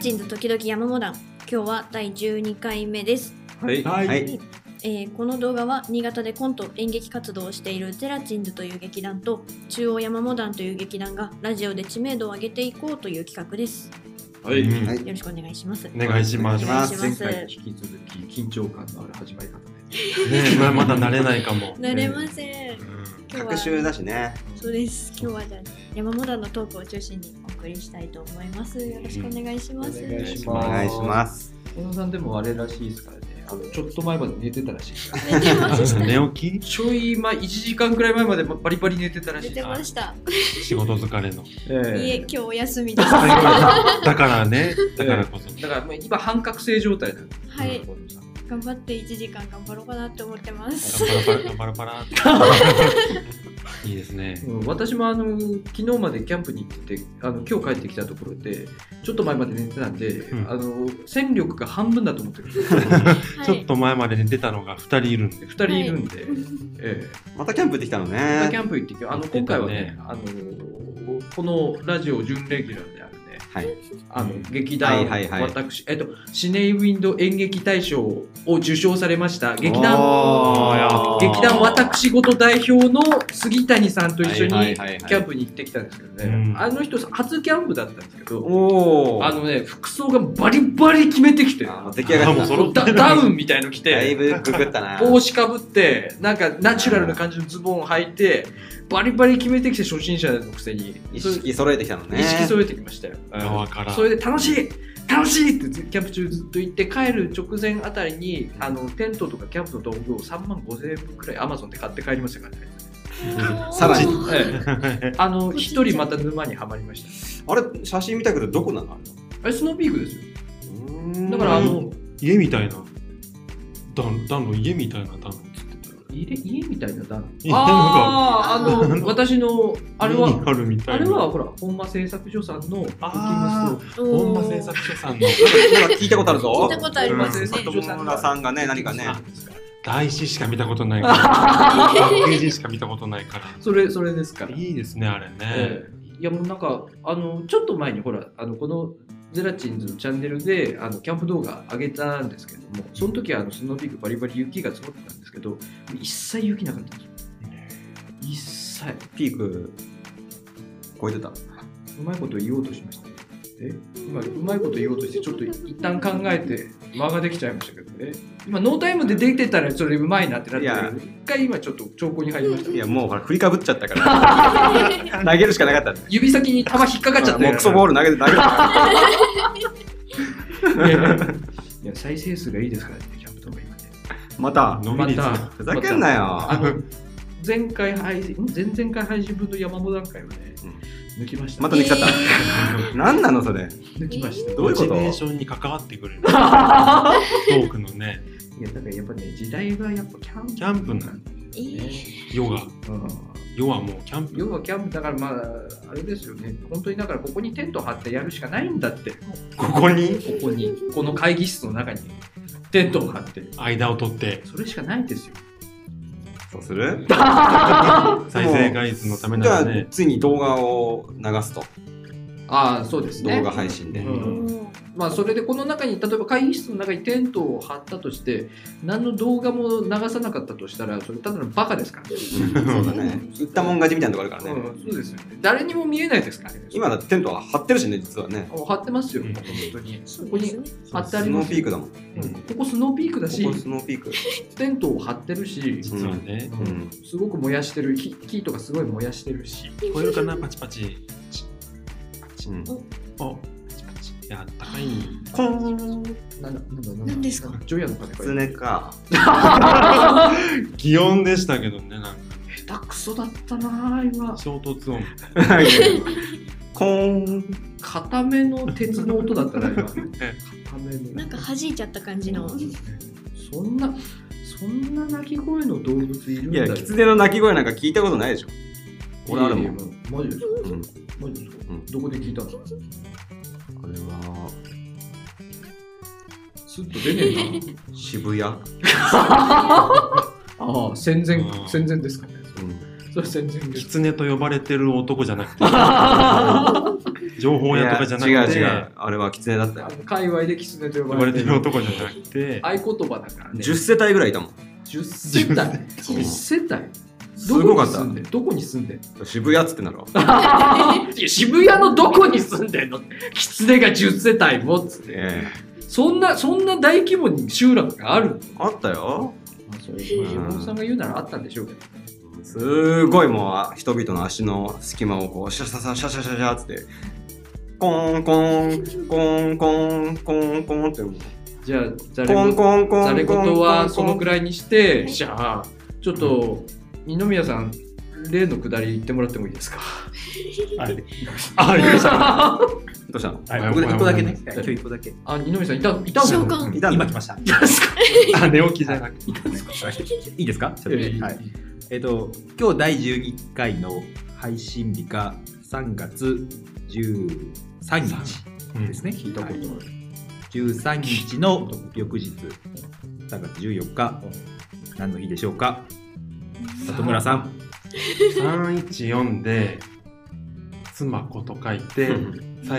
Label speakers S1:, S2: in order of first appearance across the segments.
S1: 人と時々山モダン今日は第12回目です、
S2: はい。
S3: はい
S2: はい。
S1: えーこの動画は新潟でコント演劇活動をしているゼラチンズという劇団と中央山モダンという劇団がラジオで知名度を上げていこうという企画です
S2: はい
S3: うん
S2: はい
S1: よろしくお願いします
S3: お願いします
S1: お願いし
S2: 前
S1: ます
S2: 回に引き続き緊張感のある始まり方で。
S3: ねまあまだ慣れないかも。
S1: 慣れません
S3: うん
S1: 今
S4: 学
S1: 日
S4: 習
S1: は
S4: だしね。
S1: そうです今日はじゃあ山モダンのトークを中心にお送りしたいと思いますよろしくお願いします、
S2: お願いし
S4: お
S2: ま
S4: 願いします。
S2: 小野さんでもあれらしいですからね。あのちょっと前まで寝てたらしいですか
S1: 寝
S2: ら。
S1: てました
S3: 寝起
S2: ちょい前1時間くらい前までバリバリ寝てたらし
S1: 寝
S2: い
S1: て
S2: です。
S1: ました
S3: き仕事 疲れの。
S2: え
S1: いえ
S2: え
S1: 今日お休みです
S3: だからね、だからこ そ。
S2: だからもう今半覚醒状態なんです。
S1: はい
S2: 小野さん
S1: 頑張って1時間頑張ろうかなって思ってます。
S3: パラパラ パラパラって。いいですね。
S2: うん私もあの昨日までキャンプに行っててあの今日帰ってきたところでちょっと前まで寝てたんで、
S3: ん
S2: あの戦力が半分だと思ってるんですよ
S1: は
S3: ちょっと前まで出たのが二人いるんで。
S2: 二人いるんで、ええ
S4: またキャンプ行ってきたの
S2: またキ
S4: ね。
S2: ャンプ行ってきてあの今回はねあのこのラジオ準レギュラーであるね
S4: はい。
S2: あの
S3: うん
S2: 劇団、
S4: はいはいはい
S2: 私、えっと、シネイウィンド演劇大賞を受賞されました劇団
S4: おー
S2: 劇団私事代表の杉谷さんと一緒
S4: はいは
S2: に
S4: い
S2: キ
S4: はいはい
S2: ャンプに行ってきたんですけどね、
S3: うん
S2: あの人初キャンプだったんですけど
S4: おお。
S2: あのね服装がバリバリ決めてきて
S4: あ出来上が
S3: あも
S4: っ
S3: う
S4: た
S3: そ。
S2: こうダダウンみたいの着て
S4: だいぶググったな。
S2: 帽子かぶってなんかナチュラルな感じのズボンを履いてバリバリ決めてきて初心者のくせに
S4: 意
S2: それ
S4: 識揃えてきたのね。
S2: 意識添えてきましたよ。
S3: 側から
S2: それで楽しい楽しいってキャンプ中ずっと言って帰る直前あたりにあのテントとかキャンプの道具を3万5000円分くらいアマゾンで買って帰りましたから ね。
S4: さらに
S2: ええあの一人また沼にはまりました。
S4: あれ写真見たけどどこなの？あれ
S2: あれスノーピークですよ。
S4: うーん
S2: だからあの
S3: 家みたいな。暖暖炉家みたいな暖炉作ってたか
S2: 家家みたいな段。
S3: いや
S2: ああーあの私のあ
S3: ら。
S2: れ
S3: 家に
S2: は
S3: あるみたい
S2: あ
S3: な。
S2: れはほら本間製作所さんのブ
S3: あー
S2: ッキングストー
S3: 本間製作所 さんの
S4: なんか聞いたことあるぞ
S1: 聞い。たことありますよね。
S4: 里村さんがね何かね。
S3: あ台紙しか見たこ とないから。パッケージしか見たことないから。
S2: それそれですから。
S3: いいですね、あれね。
S2: ええいやもうなんかあのちょっと前にほらあのこのゼラチンズのチャンネルであのキャンプ動画上げたんですけどもその時はあのスノーピークバリバリ雪が積もってたんですけど一切雪なかったんですよ一
S4: ピーク超えてた。
S2: 切うまいこと言おうとしましたねえ今うまいこと言おうとしてちょっと一旦考えて間ができちゃいましたけどえ今ノータイムでできてたらそれうまいなってなったけど一回今ちょっと兆候に入りました
S4: いやもうほら振りかぶっちゃったから。 投げるしかなかった。
S2: 指先に球引っかかっちゃった
S4: もうクソボール投げて投げた。
S2: いやいやいや再生数がいいですからねキャンプ動画今ね
S4: また。
S3: 伸び
S2: ま
S3: 率
S2: た
S3: が
S4: ふざけんなよ
S2: あの前回配信ん前々回配信分の山本段階をね、抜きました
S4: また抜きちゃった。なんなのそれ。
S2: 抜きました
S4: どういうこと
S3: モチベーションに関わってくれるトークのね
S2: いやだからやっぱね時代はやっぱキャンプ
S3: キャンプなん
S1: えー
S3: ヨガ
S2: うん
S3: ヨはもうキャンプ
S2: 要はキャンプだからまああれですよね本当にだからここにテント張ってやるしかないんだってこ
S3: ここに
S2: こにこの会議室の中にテントを張って
S3: 間を取って
S2: それしかないんですよ
S4: そうする？
S3: 再生回数のため
S4: じゃ
S3: な
S4: あ
S3: らね
S4: ついに動画を流すと
S2: ああそうですね
S4: 動画配信で、
S2: うん
S1: も
S2: まあ、それでこの中に例えば会議室の中にテントを張ったとして何の動画も流さなかったとしたらそれただのバカですから、
S4: そうだね言ったもん勝ちみたいなとこあるからね、
S2: うん、そうですよね誰にも見えないですからね
S4: 今だってテントは張ってるしね実はね
S2: もう張ってますよ、
S3: うん
S2: 本当に
S1: う
S2: ここに、張ってあ
S4: ス
S2: り
S4: ノ
S2: ま
S4: ー
S2: す
S4: ピークだもんこ
S2: うんここスノーピークだし
S4: こスノーピーク
S2: テントを張ってるし、
S3: 実はね
S2: うん
S4: うん
S2: すごく燃やしてる木木とかすごい燃やしてるし
S3: 聞こえるかなパチパチ
S4: うん
S3: おパチパチいやあったかいん
S4: コー
S2: なん
S4: ン
S2: だなんだなんだ
S1: 何ですか
S2: ジョイアの金か
S4: 狐か
S3: 擬音でしたけどねなんか
S2: 下手くそだったなぁ今
S3: 衝突音
S4: コーン
S2: 固めの鉄の音だったな今固めの
S1: なんか弾いちゃった感じの。
S2: そんな、そんな鳴き声の動物いるん
S4: い
S2: だよ。
S4: や狐の鳴き声なんか聞いたことないでしょ俺あるもん
S2: いやいやマジですか
S4: うん
S2: マジですか、
S4: うん
S2: どこで聞いたの
S4: あれは
S2: スッと出 ねえな。
S4: 渋谷、うん、
S2: ああ、戦前
S3: う、ん
S2: 戦前ですかね。それは戦前です。
S3: 狐と呼ばれてる男じゃなくて情報屋とかじゃなくて、
S4: いや違う違う。あれは狐だったよ
S2: あ。の界隈でキツネと呼
S3: 呼
S2: ば
S3: ば
S2: れ
S3: れ
S2: て
S3: て
S2: る
S3: る男じゃなくて、
S2: 合言葉だからね
S4: 10世帯ぐらいいたもん。
S2: 10世帯
S4: う
S2: 10世帯
S4: す
S2: どこ
S4: ごか
S2: に
S4: っ
S2: 住んで
S4: た。
S2: んどこに住んでん
S4: 渋谷っつってんだろ。
S2: いや渋谷のどこに住んでんのキツネが10世帯もっつって
S4: え
S2: そんなそんな大規模に集落があるの
S4: えあったよ。
S2: まあそれまあ山本さんが言うならあったんでしょうけど
S4: すごいもうあ人々の足の隙間をこうシャシャシャシャシャシャシャっつってコーンコーンコーンコーンコーンコーンってもう
S2: じゃあ
S4: コ
S2: 誰
S4: ーン
S2: も
S4: コーンコーンコーン
S2: ざれ言はそのく
S4: らい
S2: らいにしてじゃあちょっと二宮さん例のくだり言ってもらってもいい ですか
S3: はい、あ、いました。
S4: どうしたの
S3: はい
S5: 僕で一個だけね。
S2: はい
S5: 今日一個だけ。
S2: あ二宮さんいたいたんだ
S1: 召
S2: よ
S1: 喚
S4: いたんだ
S5: 今来ました。い
S3: あ、寝起きじゃなくて。
S5: いですか
S2: ええ
S5: はいえっと、今日第11回の配信日が3月13日
S3: う
S5: で
S3: ん
S5: すね。
S2: 聞いたことある
S5: 13日の翌日、3月14日、何の日でしょうか里村さん。
S3: 314で、妻子と書いて
S4: う、
S3: 妻子の日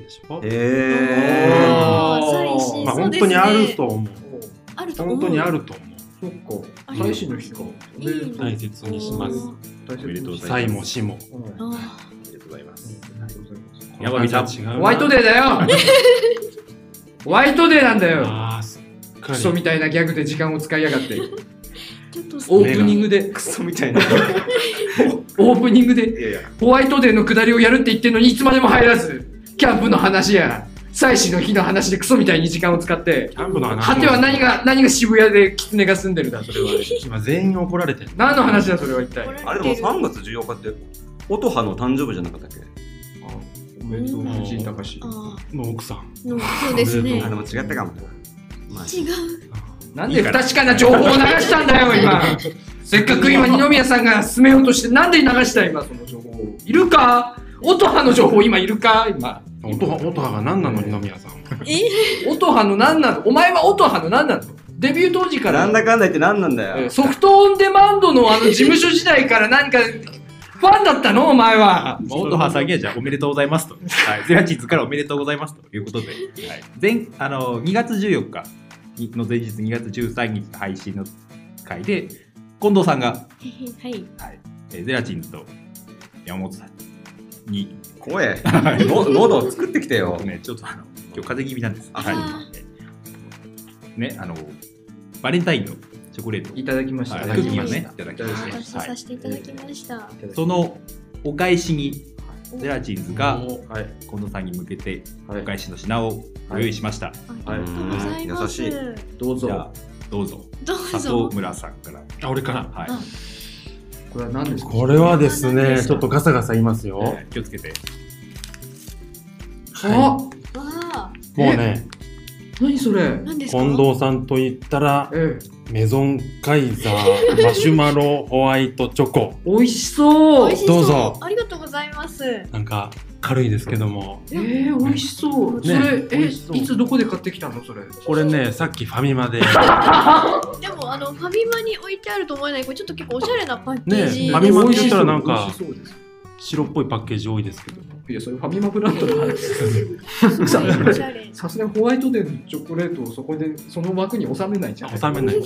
S3: でしょ。
S4: へー
S1: あー最新
S3: まあ、
S1: そう
S3: 本
S1: ですね
S3: 当にあると思う。
S1: あると思う
S3: 本当にあると思う。
S2: そっ
S1: あ
S2: か
S1: り
S2: 大使の日か
S1: いいな
S3: 大切にします。
S2: 大使
S5: おめでとうございます
S3: 妻も死も。
S2: うんあ
S1: あ
S5: ありがとうございま
S2: り
S5: す。
S2: がとうございます
S5: やばいな
S3: 違うな
S2: ホワイトデーだよ ホワイトデーなんだよ
S3: あーすっか
S2: ク
S3: り
S2: ソみたいなギャグで時間を使いやが って
S1: ーちょっと
S2: オープニングで
S4: クソみたいない
S2: オープニングで
S4: やいや
S2: ホワイトデーの下りをやるって言ってんのにいつまでも入らずキャンプの話や祭祀の日の話でクソみたいに時間を使って
S3: キャンプの話
S2: 果ては何が何が渋谷で狐が住んでるだそれは
S3: 今全員怒られてる
S2: 何の話だそれは一体
S1: 怒られてる
S4: あれでも3月14日って乙葉の誕生日じゃなかったっけ
S2: おめでとう藤井隆
S1: あ
S3: の奥さん
S1: ーのそうですね
S4: あでも違ったかもな、まあ、
S1: 違う
S2: なんで不確かな情報を流したんだよ今せっかく今二宮さんが進めようとしてなんで流した今その情報をいるか音羽の情報今いるか今
S3: 音羽音羽が何なの二宮さんは
S1: え
S2: 音羽の何なのお前は音羽の何なのデビュー当時から
S4: なんだかんだ言って何なんだよ、
S2: えーソフトオンデマンドのあの事務所時代から何かファンだったのお前は。
S5: オートハさんにはじゃあおめでとうございますと、はい、ゼラチンズからおめでとうございますということで、はい、前あの2月14日の前日2月13日の配信の回で近藤さんが、
S1: はい
S5: えーゼラチンズと山本さんに、
S4: 声の喉を作ってきてよ
S5: ね、ちょっとあの今日風邪気味なんです、
S4: あ
S5: はいね、あのバレンタインのチョコレート
S2: いただきました。
S5: はいい
S2: た
S5: ク
S2: だ
S5: ッ
S2: き
S5: キー
S2: ま
S5: を
S2: し
S5: ね
S2: た
S5: いただきま
S1: 私
S5: した、は
S1: さ
S5: い、
S1: せていただきました
S5: そのお返しにゼラチンズが
S2: はい
S5: 近藤さんに向けて
S2: はい
S5: お返しの品をご用意しました、
S1: ありがとうございます
S4: 優しい
S2: どう
S5: じゃあ
S2: ぞ。
S5: どうぞ
S1: どう
S5: 里
S1: ぞ
S5: 村さんから
S3: あ俺から
S5: はい、
S1: あ
S2: これは何ですか。
S3: これはですねちょっとガサガサ言いますよ、
S5: えー気をつけて
S2: あ
S3: は
S1: わあ
S3: い、もうね
S2: い、何それ。
S1: 何ですか
S3: 近藤さんと言ったら
S2: ええ、
S3: メゾンカイザーマシュマロホワイトチョコ
S2: 美味しそう
S1: 美味。しそう
S3: どうぞ
S1: ありがとうございます
S3: なんか軽いですけども
S2: ええ、美味しそう。
S3: ね
S2: それ、え、
S3: 美味しそう
S2: いつどこで買ってきたのそれ。
S3: これねさっきファミマで
S1: でもあのファミマに置いてあると思えないこれちょっと結構おしゃれなパッケー
S3: ね
S1: ジ
S3: ファミマって
S2: 美味
S3: 言っ
S2: したそ
S3: ら
S2: う
S3: なん
S2: 美
S3: か
S2: 味しそうです
S3: 白っぽいパッケージ多いですけど
S2: いや、それファミマブランドの話ですよね。
S1: おしゃれおしゃれ
S2: さすがにホワイトデーのチョコレートをそこでその枠に収めないじゃん。
S3: 収めない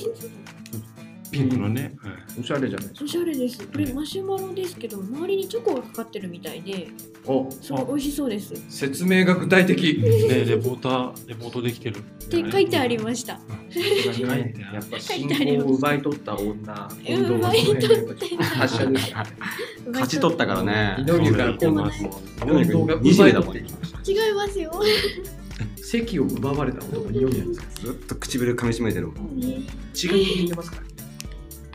S3: ピンクのね、はい
S2: おしゃれじゃないですか
S1: おしゃれですこれマシュマロですけど周りにチョコがかかってるみたいで。
S2: お
S1: すごい美味しそうですっ
S2: 説明が具体的。
S3: ね、レポーター、レポートできてる。
S1: て書いてありました
S2: やっぱ信仰を奪い取った女、
S1: いてあります
S2: 運動はその辺がやっぱちょっと発射ですから。
S4: 勝ち取ったからね
S2: 二宮から今度は運動が奪い取っていきました。
S1: 違いますよ
S2: 席を奪われた男、二宮ですか
S4: ずっと唇噛みしめてるもん
S2: ら。血が握ってますから。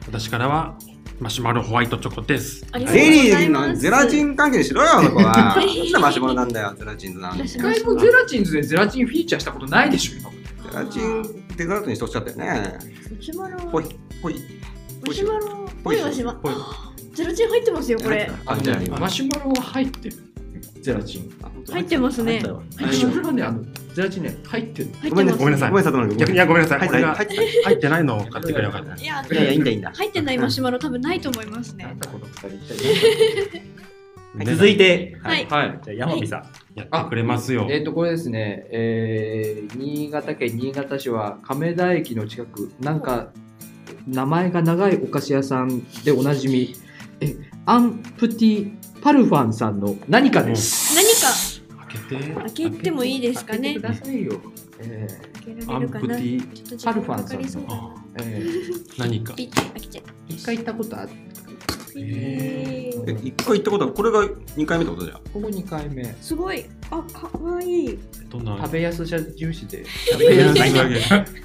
S3: 私からは、マシュマロホワイトチョコです。
S1: ありが
S4: ゼ
S1: とうご
S4: リ
S1: ざい
S4: ー
S1: ま
S4: の
S1: す
S4: ゼラチン関係にしろよあの子はどうしてマシュマロなんだよゼラチンズなんで
S1: 確
S2: 一
S4: ゼ
S1: かに
S2: 回もゼラチンズでゼラチンフィーチャーしたことないでしょ、今ま で。
S4: ラチンデザートにしとっちゃったよね
S1: マシュマロ
S4: ほいほい
S1: マシュマロ
S4: ぽい
S1: マシュマロ
S4: ぽい
S1: ゼロチン入ってますよこれ
S4: あ
S2: あ、
S4: じ
S2: じ
S4: ゃ
S2: ゃあ、
S4: 今
S2: マシュマロは入ってる。ゼラチン。
S1: 入ってますね
S2: マシュマロはね、あの、ゼラチンね、入ってる。
S1: 入っ
S4: ご
S1: て
S4: めんね
S1: ます
S4: ごめんなさいごめんなさいごめんな
S3: 逆
S4: さ
S3: に、
S4: い
S3: いや、ごめんなさい。
S4: 入っ
S3: これ
S4: て
S3: が
S4: ない入ってない
S3: 入ってないのを買ってくればよかった。
S1: いや
S4: いやいやいいんだいいんだ
S1: 入ってないマシュマロ多分ないと思います
S2: な
S1: ね
S2: んだこの二人一体
S5: 続いて、
S1: はい
S2: 何。はい。
S5: じゃあ山美さん
S3: やってくれますよ。
S2: えっ、と、これですね、えー新潟県新潟市は亀田駅の近く、なんか、名前が長いお菓子屋さんでおなじみ、え、アンプティパルファンさんの何かです。
S1: 何か
S3: 開けて
S1: 開けてもいいですかね
S2: 開けてくださいよ。え
S1: 開け
S2: ー、
S1: ら
S2: ア
S1: れ
S2: ン
S1: る
S2: プ
S1: か
S2: テ
S1: なちょ
S2: ィ、
S1: っと時間かかりそうだな
S3: あ
S2: えー、
S3: 何か。
S1: ピッて開けちゃう
S2: 一回行ったことあって、
S1: ピ
S3: へ
S1: ー
S4: え一回行ったことはこれが2回目ってことじゃん
S2: ここ2回目。
S1: すごいあかわいい
S3: どんな。
S2: 食べやすさ重視で、
S3: 食べやすいわけ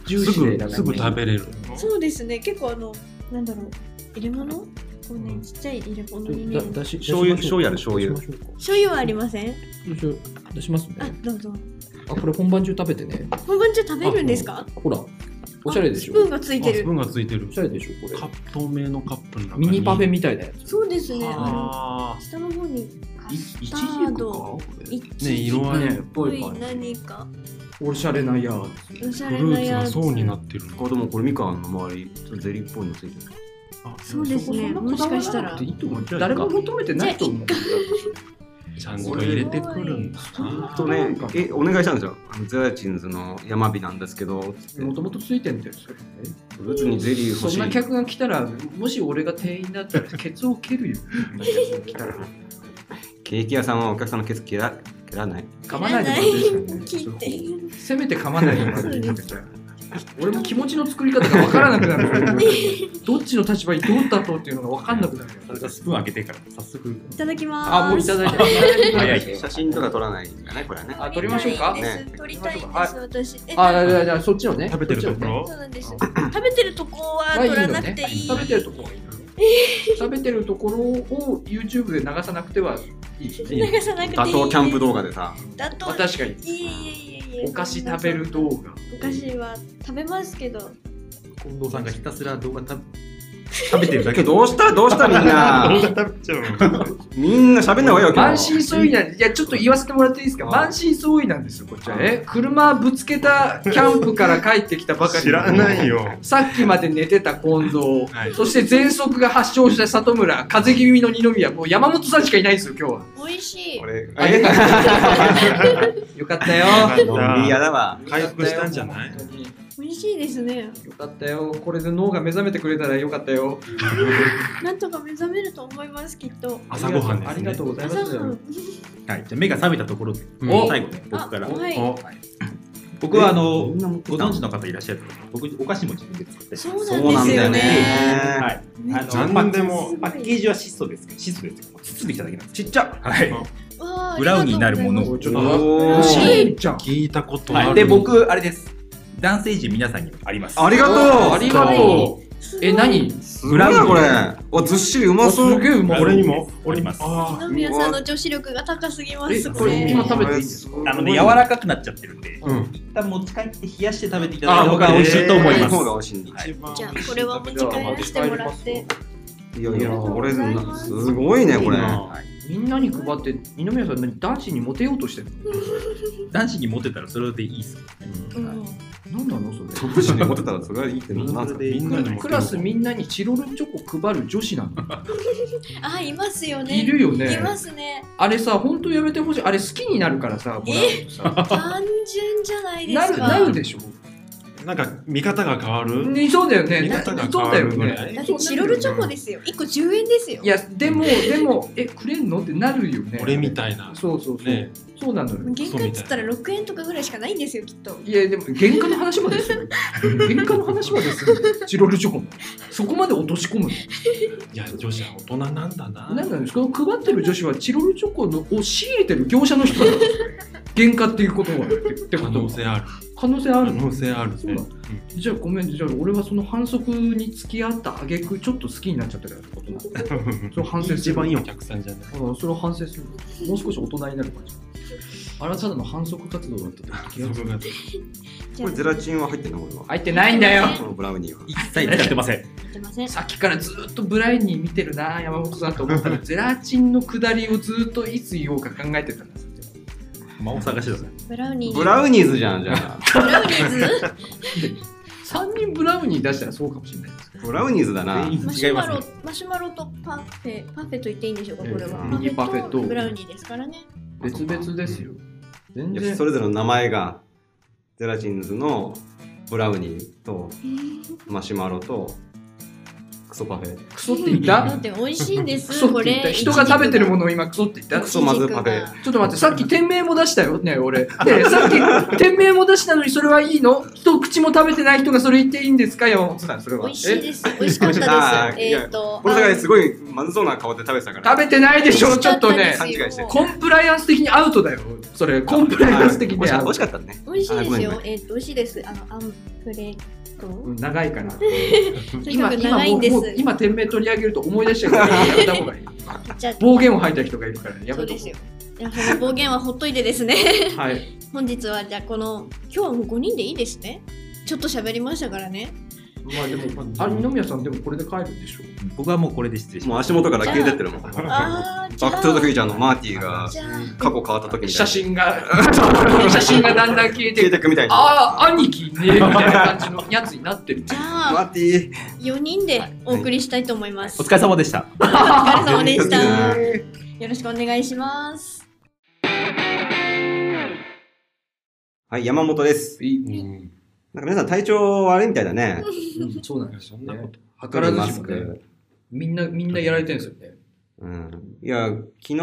S2: 重
S3: す
S2: 視で
S3: ぐ
S2: だからね
S3: すぐ食べれる。
S1: そうですね結構あのなんだろう入れ物こうねちっちゃい入れ物にね
S2: だだし
S4: 醤油
S2: 出しましょう
S4: 醤油ある
S2: 出し
S4: 醤油
S2: ましょうか
S1: 醤油はありません
S2: 醤油出しますね
S1: あどうぞ
S2: あこれ本番中食べてね
S1: 本番中食べるんですか
S2: ほらおしゃれでし
S1: ス
S2: ょ
S1: プーンがついて
S3: あスプー
S1: る
S3: ンがついてる
S2: お。しゃれでしょこ
S3: カッ
S2: れ
S3: プ透明のカップの中に
S2: ミニパフェみたいなやつ
S1: そうですねあの
S3: あ
S1: 下の方にカ
S3: あ。い
S1: ス
S3: 一
S1: タ
S3: 時
S1: ー
S3: か
S1: ド
S3: これ
S1: い
S3: ね
S1: ちじく
S3: 色合いね
S1: っぽい何か
S2: おしゃれなや
S1: おしゃ
S3: フ
S1: れ
S3: ル
S1: な
S3: ーツ
S1: や
S3: が
S1: つ
S3: 層になってる
S4: これでもこれみかんの周りちょっとゼリーっぽいのついてる
S3: あ
S1: そうですねもしかしたら
S2: いいと思う誰も求めてないと思う
S3: ちゃんと入れてくるんだな
S4: とねえお願いしたんですよあのゼラチンズの山火なんですけどつって
S2: もともとついてんだよそれね
S4: 別にゼリー欲
S2: そ
S4: し
S2: んない客が来たらもし俺が店員だったらケツを蹴るよ来たら
S4: ケーキ屋さんはお客さんのケツ蹴ら蹴らない
S2: 噛まないでください
S1: 切って
S2: せめて噛まないでもらっていいですか俺も気持ちの作り方が分からなくなるどっちの立場にどうだとっていうのが分かんなくなるよ
S5: それからスプーン開けてから早速
S1: いただきます
S2: あもういただいて
S5: 早い
S4: 写真とか撮らないんだねこれはね
S2: あ撮りましょうか
S1: 撮りたいです撮りたいん
S4: ね
S1: です
S2: は
S1: 私え
S2: あじゃあじゃあそっちのね
S3: 食べてると
S2: そっち
S3: こ
S2: のね
S3: ろ
S1: そうなんです食べてるとこは取らなくていい
S2: 食べてるところ食べてるところを YouTube で流さなくて はいい
S1: 流さなくていい
S4: 打倒キャンプ動画でさ
S1: だと
S2: まあ確かに
S1: いえいえいえいえ
S2: お菓子食べる動画
S1: お菓子は食べますけど
S5: 近藤さんがひたすら動画食べ食べてるだけ
S4: どうしたどうしたみん
S3: 動
S4: な
S3: 画食べちゃうの
S4: みんな喋んない方がいいよ
S2: 満身
S4: 今日
S2: 創痍なんでいやちょっと言わせてもらっていいですか満身創痍なんですよこっちはえ車ぶつけたキャンプから帰ってきたばかり
S3: 知らないよ
S2: さっきまで寝てた近藤、
S3: はい
S2: そして喘息が発症した里村、風邪気味の二宮、もう山本さんしかいないんですよ、今日は。
S1: 美味しい
S4: これ
S2: あ
S4: え
S2: よかったよかったよ。
S4: 飲み屋だわ
S3: 回復したんじゃない
S2: よかったよ
S1: 美味しいですね
S2: よかったよ。これで脳が目覚めてくれたらよかったよ。
S1: なんとか目覚めると思いますきっと
S3: 朝ごはんですね
S2: ありがとうございます。
S1: 朝ごはん
S5: はい、じゃあ目が覚めたところで、
S3: うん
S5: お最後ね、僕から。
S1: あはい
S5: お僕はあの、
S4: みんな持って
S5: ご
S4: きた
S5: 存知の方いらっしゃると思う僕、お菓子も自分で作って
S1: そう
S4: そう
S1: な
S4: なんん
S1: ですよ
S4: だよね
S1: ね
S5: はい。あの
S3: 何
S5: パッ
S3: でも
S5: パッケージは質素ですけど、質素ですけど、包んできただけなんです。
S2: ちっちゃ。
S5: はい。
S1: わあ
S5: ブラウニーになるもの
S1: ありがとうございま
S2: ち
S5: を。
S2: ょっ
S1: ー
S2: と、
S4: お
S2: シーンちゃん。
S3: 聞いたことあ
S5: は
S3: る
S5: い、で、僕、あれです。男性陣皆さんにもあります。
S4: ありがとう
S2: ありがとう。
S1: すすごい
S2: え、何
S4: すごいなこれおずっしりうま
S2: す
S4: そう
S2: げえうまい。
S3: 俺にも
S5: あります
S3: あ
S1: 二宮さんの女子力が高すぎま
S2: え、
S1: す
S2: これ今食べていいんですか
S4: か
S5: あのね、柔らかくなっちゃってるんで、
S2: うん
S5: 一旦持ち帰って冷やして食べていただいた方
S3: あ
S5: が美味しいと思いま
S4: 方が美味
S5: す。
S4: しいんだ
S5: はい
S3: ー
S1: じゃあこれは持ち帰らせてもらって
S4: いやいやこれ
S1: ありがとうございます
S4: すごいねこれ
S3: いいな
S4: はい
S2: みんなに配って、二宮さん何男子にモテようとしてる
S5: 男子に持ってたらそれでいいです。
S1: うん
S2: の何なのそれ
S4: トップ誌に持ってたらそれはいいってのはなんすか
S5: みんなに持ってる
S2: クラスみんなにチロルチョコ配る女子なの
S1: あいますよね
S2: いるよね
S1: いますね
S2: あれさ本当やめてほしいあれ好きになるからさもらうとさ
S1: 単純じゃないで
S2: な
S1: す
S2: る
S1: か
S2: なるでしょ
S3: なんか見方が変わる
S2: ねそうだよね
S3: 見
S2: な
S3: 方が変
S2: そう
S3: わ
S2: だよ
S3: るぐら
S2: ね
S3: い
S1: だってチロルチョコですよ1個10円ですよ
S2: いやでもでもえくれんのってなるよね
S3: 俺みたいな
S2: そうそうそう、
S3: ね
S2: そうなのよ
S1: 原価っつったら6円とかぐらいしかないんですよきっと
S2: いやでも原価の話までする原価の話までするチロルチョコのそこまで落とし込む
S3: いや女子は大人なんだな
S2: のなんなんですかこの配ってる女子はチロルチョコのを仕入れてる業者の人なんですか原価っていうことはってってこ
S3: 可
S2: と
S3: 能
S2: は
S3: 性ある
S2: 可能性あ
S3: 可
S2: るの
S3: 能性あるね
S2: そうだじゃあごめんじゃあ俺はその反則に付き合った挙句ちょっと好きになっちゃったからってことなの
S3: うん
S2: そう反省する
S3: 一番いいお客さんじゃない
S2: うんそれを反省するもう少し大人になる感じあなたの反則活動だったと気がつ
S3: そこが
S4: これゼラチンは入ってんのこれは
S2: 入ってないんだよ
S1: 入って
S4: このブラウニーは
S5: 一切使ってません。
S1: 言ってません
S2: さっきからずっとブライに見てるな山本さんと思ったらゼラチンの下りをずっといつ言おうか考えてたんです
S5: 魔を探してください。
S1: ブラウニー
S4: ブラウニーズじゃんじゃあ
S1: ブラウニーズ
S2: 3人ブラウニー出したらそうかもしれないですけ
S4: ブラウニーズだな
S5: 全員
S1: マシ
S5: 違い
S1: ュ
S5: ま
S1: マ
S5: す
S1: ロ
S5: ね。
S1: マシュマロとパフェパフェと言っていいんでしょうかこれは
S2: ミニパフェと
S1: ブラウニーですからね
S2: 別々ですよ。全
S4: いや
S2: 然
S4: それぞれの名前がゼラチンズのブラウニーとマシュマロとクソパフェ
S2: クソって言った
S1: だって美味しいんで
S2: ク
S1: す
S2: ソ
S1: こ
S2: って言った
S1: れ
S2: 人が食べてるものを今クソって言った
S4: クソまずパフェ
S2: ちょっと待って、さっき店名も出したよね、俺。 で、さっき店名も出したのにそれはいいの人、口も食べてない人がそれ言っていいんですか、山本さん、それ
S1: 美
S2: は。
S1: 味しい
S2: え
S1: です美味しかったです
S4: あーい
S1: え
S4: や
S1: っと
S4: これだからす
S1: い
S4: ごいまずそうな顔で食べてたから
S2: 食べてないでしょ、ちょっとね。
S4: 勘違いしてる
S2: コンプライアンス的にアウトだよ、それ。コンプライアンス的
S4: 美味
S2: に
S4: しか
S2: ア
S4: っ
S2: ウ
S4: た美味
S2: ト
S4: しかったね
S1: 美味しい
S4: あご
S1: です
S4: めんご
S1: よえっと美味しいですあのアンプレ
S2: う
S1: と
S2: ん長いから。
S1: とにかく長いんです
S2: 今もうもう今店名取り上げると思い出しちゃうから、やめた 方がいい。
S1: じゃあ
S2: 暴言を吐いた人がいるから、や
S1: そ
S2: め
S1: う
S2: と
S1: で
S2: こ
S1: すよいやこの暴言はほっといてですね
S2: う。はい。
S1: 本日はじゃあこの今日はもう5人でいいですねちょっと喋りましたからね
S2: まあでも、あれ、二宮さん、でもこれで帰るんでしょ
S5: 僕はもうこれで失礼し
S4: もう
S5: ます。
S4: 足元から消えてってるもんバッ
S1: あーじゃあ
S4: クトゥーザフューチャーのマーティーが
S1: じゃ
S4: 過去変わった時みたいな
S2: 写真が、写真がだんだん消えて
S4: 消えてくみたいな
S2: ああ、兄貴ね、みたいな感じのやつになってる。
S1: あ
S4: マーティー
S1: 4人でお送りしたいと思います、
S5: お疲れ様でした。
S1: お疲れ様でし
S4: あ
S1: た
S4: ー
S1: よろしくお願いします
S4: はい山本です
S5: うん
S4: なんか皆さん体調悪いみたいだね
S2: そうなん
S5: いやそんなこと
S2: と
S4: 取
S2: 図
S4: る
S2: ら
S4: マ
S2: ず
S4: ス
S2: しもね
S4: ク、
S2: みんな、みんなやられてるんですよね。
S4: うん、いや昨日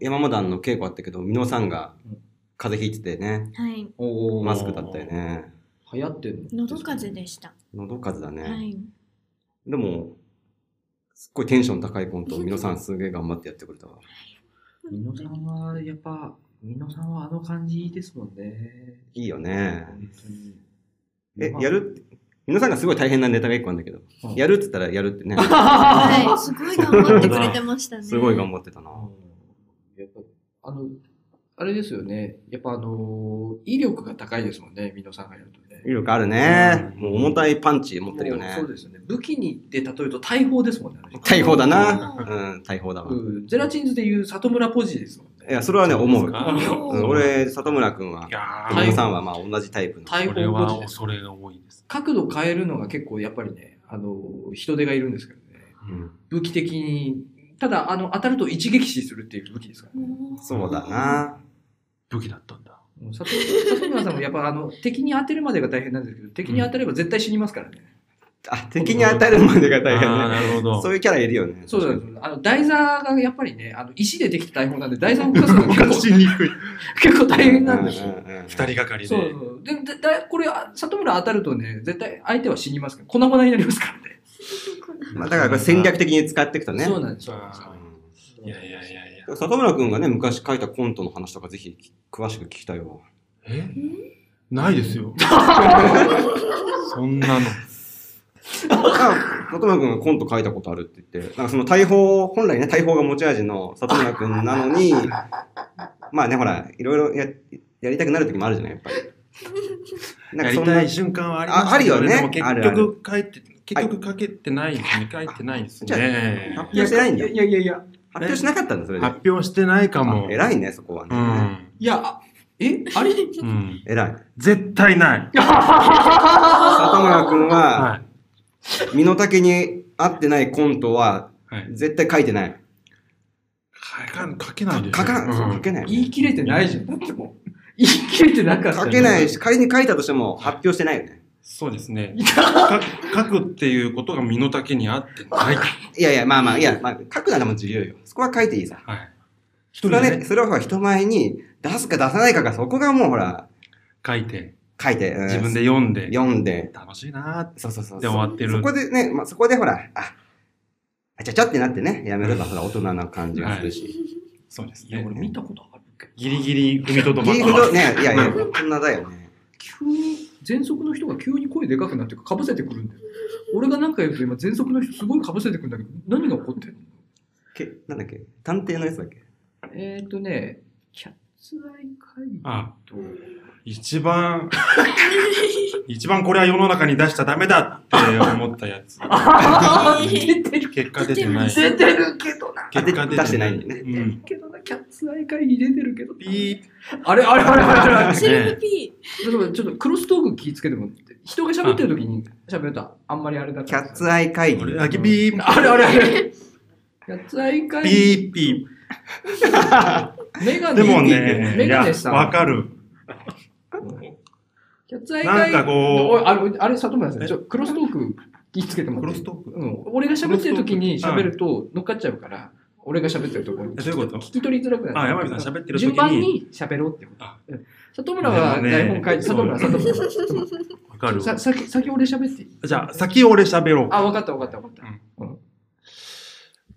S4: 山本団の稽古あったけど美濃さんが風邪ひいててね
S1: はい
S2: お
S4: マスクだったよ。ね
S2: 流行ってる
S1: 喉風邪でした
S4: 喉風邪だね、
S1: はい
S4: でもすっごいテンション高いコントを美濃さんすげえ頑張ってやってくれたわ
S2: みのさんは、やっぱ、みのさんはあの感じですもんね。
S4: いいよね
S2: 本当に。
S4: え
S2: まあ
S4: やるって美濃さんがすごい大変なネタが一個あるんだけど、
S2: うん
S4: やるって言ったらや るってね
S1: はい、すごい頑張ってくれてましたね。
S4: すごい頑張ってたな、
S2: うんやっぱ、あの、あれですよね。やっぱあのー、威力が高いですもんね、みのさんがやるとね。
S4: 威力あるね、
S5: うん
S4: もう重たいパンチ持ってるよね
S2: もうそうですよね。武器にで例えると大砲ですもんね。あの人
S4: 大砲だな
S1: う
S4: うん大砲だわ、
S2: うんゼラチンズでいう里村ポジですもんね。
S4: いやそれはね思う、
S5: そうですか
S4: う
S1: 張
S4: ん、俺里村君はい
S5: や
S4: 美濃
S5: ー、
S4: さんはまあ同じタイプの
S2: 大
S5: こ
S2: 砲
S5: れは
S2: ポジ
S5: 恐れが多いです。
S2: 角度変えるのが結構やっぱりね、あの、人手がいるんですけどね。
S4: うん
S2: 武器的に、ただ、あの、当たると一撃死するっていう武器ですからね。
S4: そうだな。
S5: 武器だったんだ。
S2: うん里里村さんもやっぱあの、敵に当てるまでが大変なんですけど、敵に当たれば絶対死にますからね。
S4: あ、敵に与えるまでが大
S5: あー
S4: 変ね。
S5: なるほど。
S4: そういうキャラいるよね。
S2: そうなんです。あの、台座がやっぱりね、あの、石でできた大砲なんで、台座を動かすのが結構、
S5: しにくい。
S2: 結構大変
S4: う
S2: なん
S4: ん
S2: で
S4: う
S2: すよ。
S4: んうん
S5: 二人がかりで。
S2: そうそう。で、でだこれ、あ里村当たるとね、絶対相手は死にますから、粉々になりますからね。
S4: まあ、だからこれ戦略的に使っていくとね。
S2: そうなんですよ。
S4: う
S5: いやいやいやいや。
S4: ん里村くんがね、昔書いたコントの話とかぜひ詳しく聞きたいわ。
S5: えないですよ。 そんなの。
S4: あ里村くんがコント書いたことあるって言って、なんかその大砲、本来ね、大砲が持ち味の里村くんなの に、まあね、ほら、いろいろややりたくなる時もあるじゃない、やっぱり。
S5: や
S4: そ
S5: りたい瞬間はあります
S4: ああるよね
S5: でも
S4: あるあ
S5: 結
S4: る
S5: 局書いて、結局書けてないですね。書いてないです
S4: じゃあ
S5: ね。
S4: 発表してないんだ
S2: いやいやいや。
S4: 発表しなかったんだ、それで。
S5: 発表してないかも。
S4: 偉いね、そこは
S5: う
S4: ね。
S5: ん。
S2: いや、あえあ れ
S5: うん。
S4: 偉い。
S5: 絶対ない。
S4: 里村くんは、
S5: は。
S4: 身の丈に合ってないコントはい
S5: はい。
S4: 絶対書いてない。
S5: 書かん、書けないです
S4: 書
S5: よ。
S4: かん、そう書けない。
S2: 言い切れてないじゃん。だってもう。言い切れてなかった。
S4: 書けないし、仮に書いたとしても発表してないよね。
S5: そうで すね。か書くっていうことが身の丈に合ってない。
S4: いやいや、まあまあ、いや、まあ、書くならもう自由よ。そこは書いていいさ。
S5: はい。
S4: そ
S5: 一
S4: れ
S5: 人
S4: は
S5: で
S4: ね、
S5: ね
S4: それはほら人前に出すか出さないかが、そこがもうほら、
S5: 書いて、
S4: 書いて、うん
S5: 自分で読んで、
S4: 読んで、
S5: 楽しいなーって
S4: そうそうそう。
S5: で終わって
S4: そ
S5: る。
S4: こでね、まあ、そこでほら、あ、あちゃちゃってなってね、やめればほら、大人な感じがするし。
S5: そうです
S2: いや、
S5: ね
S2: 俺。見たことあるけど。
S5: ギリギリ踏みとど
S4: ギ
S5: まっ
S4: リ
S5: て
S4: ギリ
S5: ま
S4: と
S5: す。
S4: ね、いやいや、大人だよね。
S2: 急に、喘息の人が急に声でかくなってかぶせてくるんだよ。俺がなんか言うと今、喘息の人すごいかぶせてくるんだけど、何が起こってるの
S4: け、なんだっけ探偵のやつだっけ
S2: えっ、ー、とね、キャッツアイ会
S5: あ、
S2: と、
S5: 一番、一番これは世の中に出しちゃダメだって思ったや つ。
S2: 出てる。
S5: 結果出てない。
S2: 出てるけどな。
S5: 結果
S4: あで出してないんでね
S5: う
S2: 出てる
S5: ん。
S2: けどな、キャッツアイ会に出てるけどな。
S5: ピ
S2: あれあれあれあれあれ
S1: セルフ P。
S2: だからちょっとクロストーク気ぃつけてもらって人が喋ってる時に喋るとあんまりあれだ
S4: キャッツ
S2: イ
S4: アイ会
S5: ー。
S4: 議
S5: こ。れだけピー。
S2: あれあれあれキャッツアイ会
S5: ピーピー。
S2: メガネ
S3: でも
S2: メ
S3: ね、い
S2: ガ
S3: や
S2: ネ、さん。
S3: わかる。
S2: キャッツアイ
S3: なんかこ
S2: う。あれ、あれ、里村さん、ちょ、クロストーク気ぃつけても
S3: ク
S2: ら
S3: ロ
S2: って
S3: ス。トーク
S2: うん。俺が喋ってる時に喋ると乗っかっちゃうから、俺が喋ってるところに。
S3: えどういうこと
S2: 聞き取りづらくなる。
S3: あ、山火さん喋ってる時
S2: 順番
S3: に。
S2: に喋ろうってこと
S3: あ。
S2: うん里村は
S3: でもね
S2: 台本書いて、里村、
S3: そ
S2: 里
S3: う
S2: 村里村。
S3: わかる。
S2: さ先先俺喋っていい
S3: じゃあ、先俺喋ろう。
S2: あ、わかったわかったわかった。
S3: い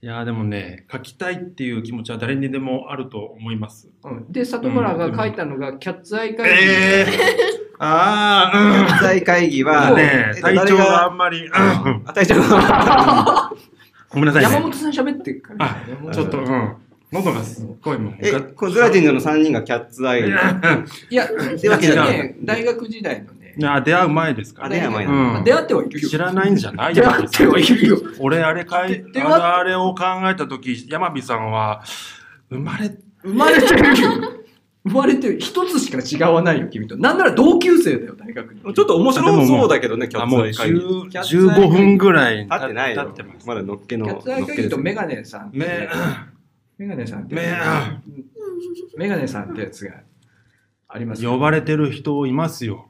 S3: やーでもね、書きたいっていう気持ちは誰にでもあると思います。
S2: うん、で、里村が書いたのが、キャッツアイ会議。
S3: えー、ああ、
S4: 在会議
S3: うん。
S4: は、
S3: そうね
S4: え、っと
S3: 体調
S4: 誰
S3: があ
S4: が
S3: んまり、うん、
S4: あ、体調が。
S3: ごめんなさい
S2: 山
S3: ね。
S2: 本さん喋ってるからね、山本
S3: ち
S2: さん
S3: ょっと、うん。喉がすっごいもう。
S4: え、このズラジンズの3人がキャッツアイ。
S2: いや、
S4: てわけじゃない
S2: ね、大学時代のね
S3: い、や、出会う前ですから
S4: あれやばいな。
S3: うん
S2: 出会ってはいるよ。
S3: 知らないんじゃない
S2: 出会ってはいるよ。
S3: 俺、あれかい
S2: で、出会っ
S3: あれを考えたとき、山火さんは、生まれ、
S2: 生まれてるよ。生まれてる。一つしか違わないよ、君と。なんなら同級生だよ、大学に。
S4: ちょっと面白そうだけどね、キャ
S3: あ
S4: ッツ
S3: もう
S4: アイ会議。
S3: 10 15分ぐらい
S4: 合ってない
S3: 経
S4: よ
S3: ってます。。
S4: まだのっけの。
S2: キャ
S4: のっ
S2: ッツアイ会
S4: け
S2: 議と
S4: です
S2: メガネさんって。
S3: ね、
S2: メガネさんって。
S3: ね
S2: メガネさんってやつがありますよ。
S3: 呼ばれてる人いますよ。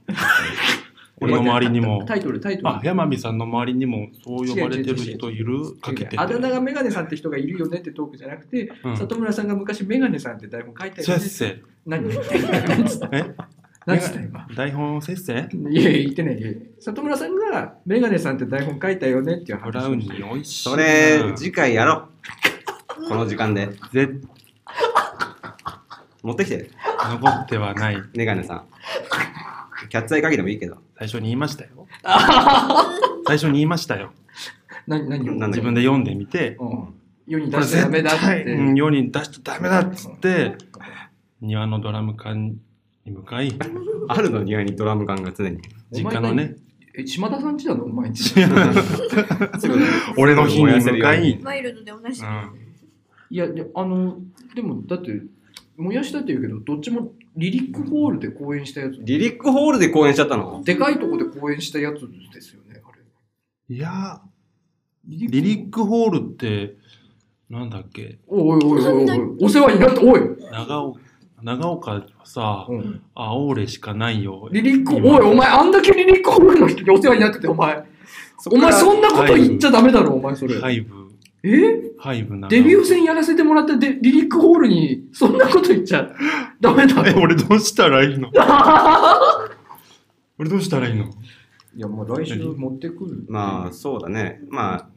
S3: 俺の周りにも。
S2: タイトル、タイトル。
S3: あ、山美さんの周りにもそう呼ばれてる人いるかけてて。
S2: あだ名がメガネさんって人がいるよねってトークじゃなくて、
S3: うん
S2: 里村さんが昔メガネさんって台本書いた
S3: せ
S2: よ
S3: っ
S2: ね。
S3: せ。
S2: 何何つった
S3: え
S2: 何つった今。
S3: 台本せっせ
S2: いやいや、言ってない。いやいや里村さんがメガネさんって台本書いたよねっていう
S3: ブ
S2: 話。
S3: ラウニー美味しい。
S4: それ、次回やろう。この時間で。
S3: 絶
S4: 持ってきて、
S3: 残ってはない。
S4: メガネさん。キャッツアイ会議でもいいけど。
S3: 最初に言いました よ。最初に言いましたよ。
S2: 何何を
S4: なんだ
S3: 自分で読んでみて、
S2: うん。世に
S3: こ
S2: 出
S3: れ
S2: しちゃダメ
S3: 絶
S2: だって
S3: 対。うん世に出しちゃダメだっつって、庭のドラム缶に向かい、
S4: あるの庭にドラム缶が常に。
S3: 実家のね、
S2: え、島田さんちなのお前んち。
S4: すぐね
S3: 俺の日に向かい、
S1: マイルドで同じ
S3: う。ん
S2: いや、いやあの、でも、だって、燃やしたって言うけど、どっちもリリックホールで公演したやつ。
S4: リリックホールで公演しちゃったの
S2: でかいとこで公演したやつですよね、あれ。
S3: いや
S2: リ
S3: ー、リリックホールって、なんだっけ、
S2: おいおいおいおい、お世話になった、おい、
S3: 長岡長岡はさ、
S2: うん
S3: あおれしかないよ。
S2: リリック、おい、お前、あんだけリリックホールの人にお世話になってて、お前。お前、そんなこと言っちゃダメだろ、お前、それ。
S3: ハイブ、
S2: え
S3: ハイブ長岡
S2: デビュー戦やらせてもらって、でリリックホールに、そんなこと言っちゃダメだ
S3: え、
S2: ろ。
S3: 俺どうしたらいいの 俺どうしたらいいの
S2: いや、もう来週持ってくる。
S4: まあ、そうだね。まあ、と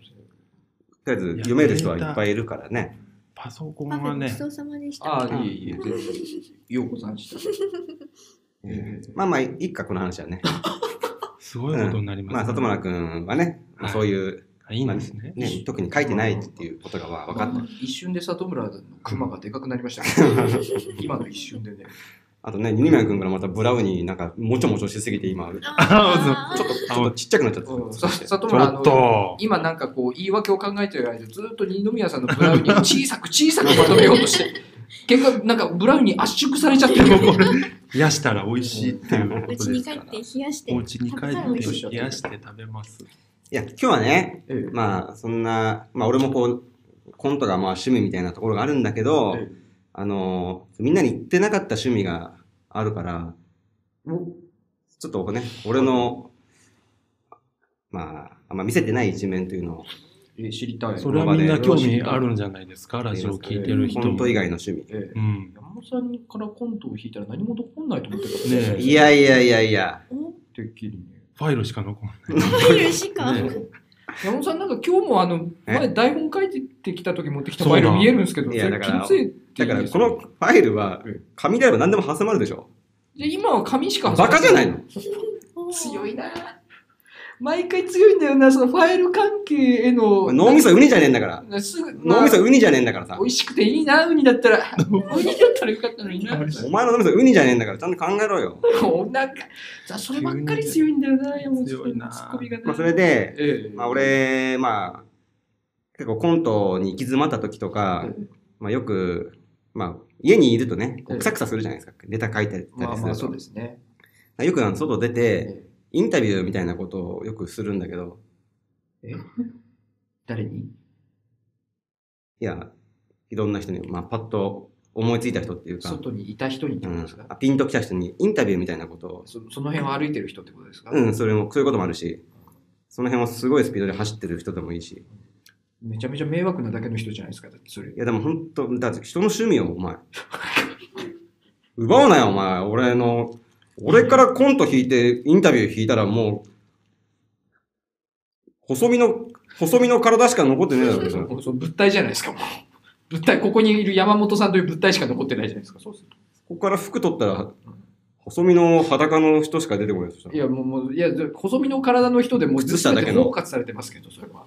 S4: りあえず読める人はいっぱいいるからね。
S3: パソコン
S1: パフ
S3: は
S1: ェご
S3: ね
S1: ち、そうさまでした。
S2: ああ、いえいえ、全然ようこさんした。
S4: えーまあまあ、いいっか、この話はね。
S3: すごいことになります、
S4: まあ、里村くんはね、
S3: はい
S4: そういう、
S3: あいいんですね。
S4: ね、特に書いてないっていうことがまあ分かった。
S2: 一瞬で里村の熊がでかくなりましたけど今の一瞬でね。
S4: あとね、二宮くんからまたブラウニーなんか、もちょもちょしすぎて今、ちょ
S1: あー
S4: っと、ちょっとちっちゃくなっちゃった。
S2: うん
S4: そ
S2: さ
S4: して
S2: 里
S3: ち
S2: 村あ
S3: ょっ
S2: の
S3: と、
S2: 今なんかこう言い訳を考えてる間ずっと二宮さんのブラウニ ー小さく小さくまとめようとして結果なんかブラウニー圧縮されちゃって
S3: でも
S2: る
S3: これ、冷やしたら美味しいっていうこ
S1: う
S3: と
S1: ち
S3: で
S1: に
S3: す
S1: 帰
S3: か
S1: っ
S3: ら。
S1: て冷やして。
S3: お家に帰
S1: 食べたら美
S2: お
S1: 味
S2: 家
S1: しい
S2: に
S3: って冷やして食べます。
S4: いや、今日はね、
S2: ええ
S4: まあ、そんな、まあ、俺もこう、コントがまあ趣味みたいなところがあるんだけど、
S2: ええ
S4: あのー、みんなに言ってなかった趣味があるから、ちょっとね、俺の、まあ、あんま見せてない一面というのを、
S2: え知りたい
S3: それはみんな興味あるんじゃないですか、ラジオ聞いてる人
S4: コ
S3: も。
S4: ント以外の趣味。
S2: ええ
S3: うん。
S2: 山本さんからコントを弾いたら何も残んないと思ってた
S3: ねえ
S4: いやいやいやいや、
S1: お
S2: てっきりね
S3: ファイルしか残ん
S1: 入るしか。
S3: ない。ね
S2: 山本さんなんか今日もあの
S4: え
S2: 前台本書いてきた時持ってきたフ
S3: そう
S2: ァ
S3: な
S2: イ
S3: の
S2: ル見えるんですけど
S4: い
S2: そ
S4: や
S2: れ
S4: だから
S2: 気のせいって
S4: だ
S2: い
S4: か
S2: うん
S4: ら
S2: です
S4: こ
S2: か
S4: のファイルは
S2: うん、
S4: 紙であれば何でも挟まるでしょ。
S2: で今は紙しか
S4: バカじゃないの
S2: 強いな毎回強いんだよなそのファイル関係への
S4: 脳みそウニじゃねえんだから。
S2: なすぐ
S4: 脳みそウニじゃねえんだからさ
S2: 美。味しくていいなウニだったら ウニだったらよかったのにな
S4: お前の脳みそウニじゃねえんだから、ちゃんと考えろよ。
S2: おなんかさそればっかり強いんだよな山本さん
S3: 強いな
S2: ツッコミがね
S4: まあ、それで、
S2: ええ
S4: まあ、俺、まあ、結構コントに行き詰まった時とか、まあ、よく、まあ、家にいるとね、こ
S2: ええ
S4: うくさくさするじゃないですか。ネタ書いてた
S2: まあ
S4: り
S2: まあ
S4: す
S2: そう
S4: る
S2: ですね、
S4: と。よくあの外出て、
S2: え
S4: インタビューみたいなことをよくするんだけど、
S2: ええ誰に
S4: いや、いろんな人に、まあ、パッと思いついた人っていうか、
S2: 外にいた人にって
S4: う
S2: こと
S4: ん
S2: ですか、、
S4: あピンときた人にインタビューみたいなことを、
S2: そその辺を歩いてる人ってことですか、
S4: うん、それも、そういうこともあるし、その辺をすごいスピードで走ってる人でもいいし、
S2: めちゃめちゃ迷惑なだけの人じゃないですか、だってそれ
S4: い。やでも本当、だって人の趣味をお前。 奪うなよお前、俺の。俺からコント引いて、インタビュー引いたらもう、細身の、細身の体しか残ってねえだろ、別に
S2: もうその物体じゃないですか、もう。物体、ここにいる山本さんという物体しか残ってないじゃないですか、そうする
S4: ここから服取ったら、細身の裸の人しか出てこないです
S2: といや、もう、もういや、細身の体の人でもう
S4: 靴下だけの
S2: 包括されてますけど、それは。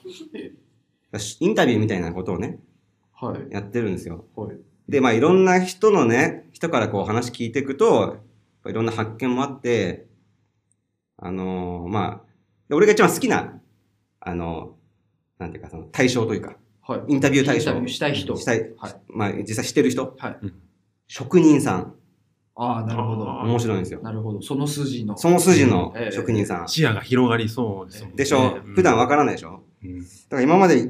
S4: インタビューみたいなことをね、
S2: はい。
S4: やってるんですよ。
S2: はい。
S4: で、まあいろんな人のね、人からこう話聞いていくと、いろんな発見もあって、あのーまあ、で俺が一番好きな、あのーなんていうかその対象というか、
S2: はい。
S4: インタビュー対
S2: イン
S4: 象
S2: タビューしたい人。
S4: したい、
S2: はい
S4: まあ実際してる人、
S2: はい
S5: うん
S4: 職人さん、
S2: ああ、なるほど。
S3: あ
S4: 面白いんですよ。
S2: なるほど。その筋の。
S4: その筋の
S2: ええ
S4: 職人さん。
S3: 視野が広がりそうですもんね。
S4: でしょ、
S3: うん
S4: 普段わからないでしょ
S3: うん
S4: だから今まで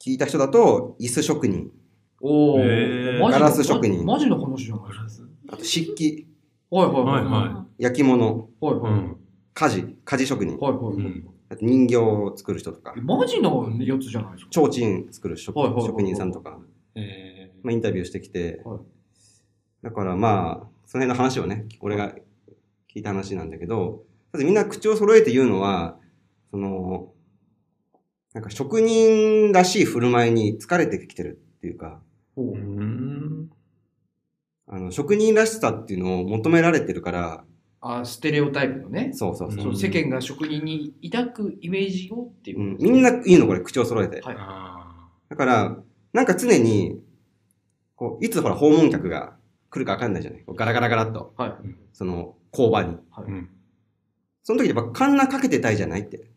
S4: 聞いた人だと、椅子職人、
S2: おお、
S3: へー
S2: マジの
S4: ガラス職人
S2: ママジの話じゃないですか。
S4: あと漆器、
S2: はいはい
S3: は
S2: はいい
S3: は
S2: はい
S4: 焼き物、
S2: い。は
S3: う
S2: いはい。
S3: ん
S4: 家事、家事職人、
S2: はいはいはい
S3: うん
S4: あと人形を作る人とか。
S2: マジのやつじゃないですか。
S4: 提灯作る職,、
S2: はいはいはいはい
S4: 職人さんとか、
S3: えー
S4: まあ、インタビューしてきて、
S2: はい
S4: だからまあ、その辺の話をね、俺が聞いた話なんだけど、まずみんな口を揃えて言うのは、その、なんか職人らしい振る舞いに疲れてきてるっていうか、
S2: ほ
S3: う
S2: うん
S4: あの、職人らしさっていうのを求められてるから、
S2: あステレオタイプのね、
S4: そうそうそう。
S2: そううん世間が職人に抱くイメージをっていうう、
S4: ん、みんな言うのこれ、口を揃えて。
S2: はい
S3: あ
S4: だから、なんか常に、こう、いつほら訪問客が来るかわかんないじゃないこうガラガラガラっと、
S2: はい
S4: その工場に。
S3: ーうん
S4: その時やっぱカンナかけてたいじゃないって。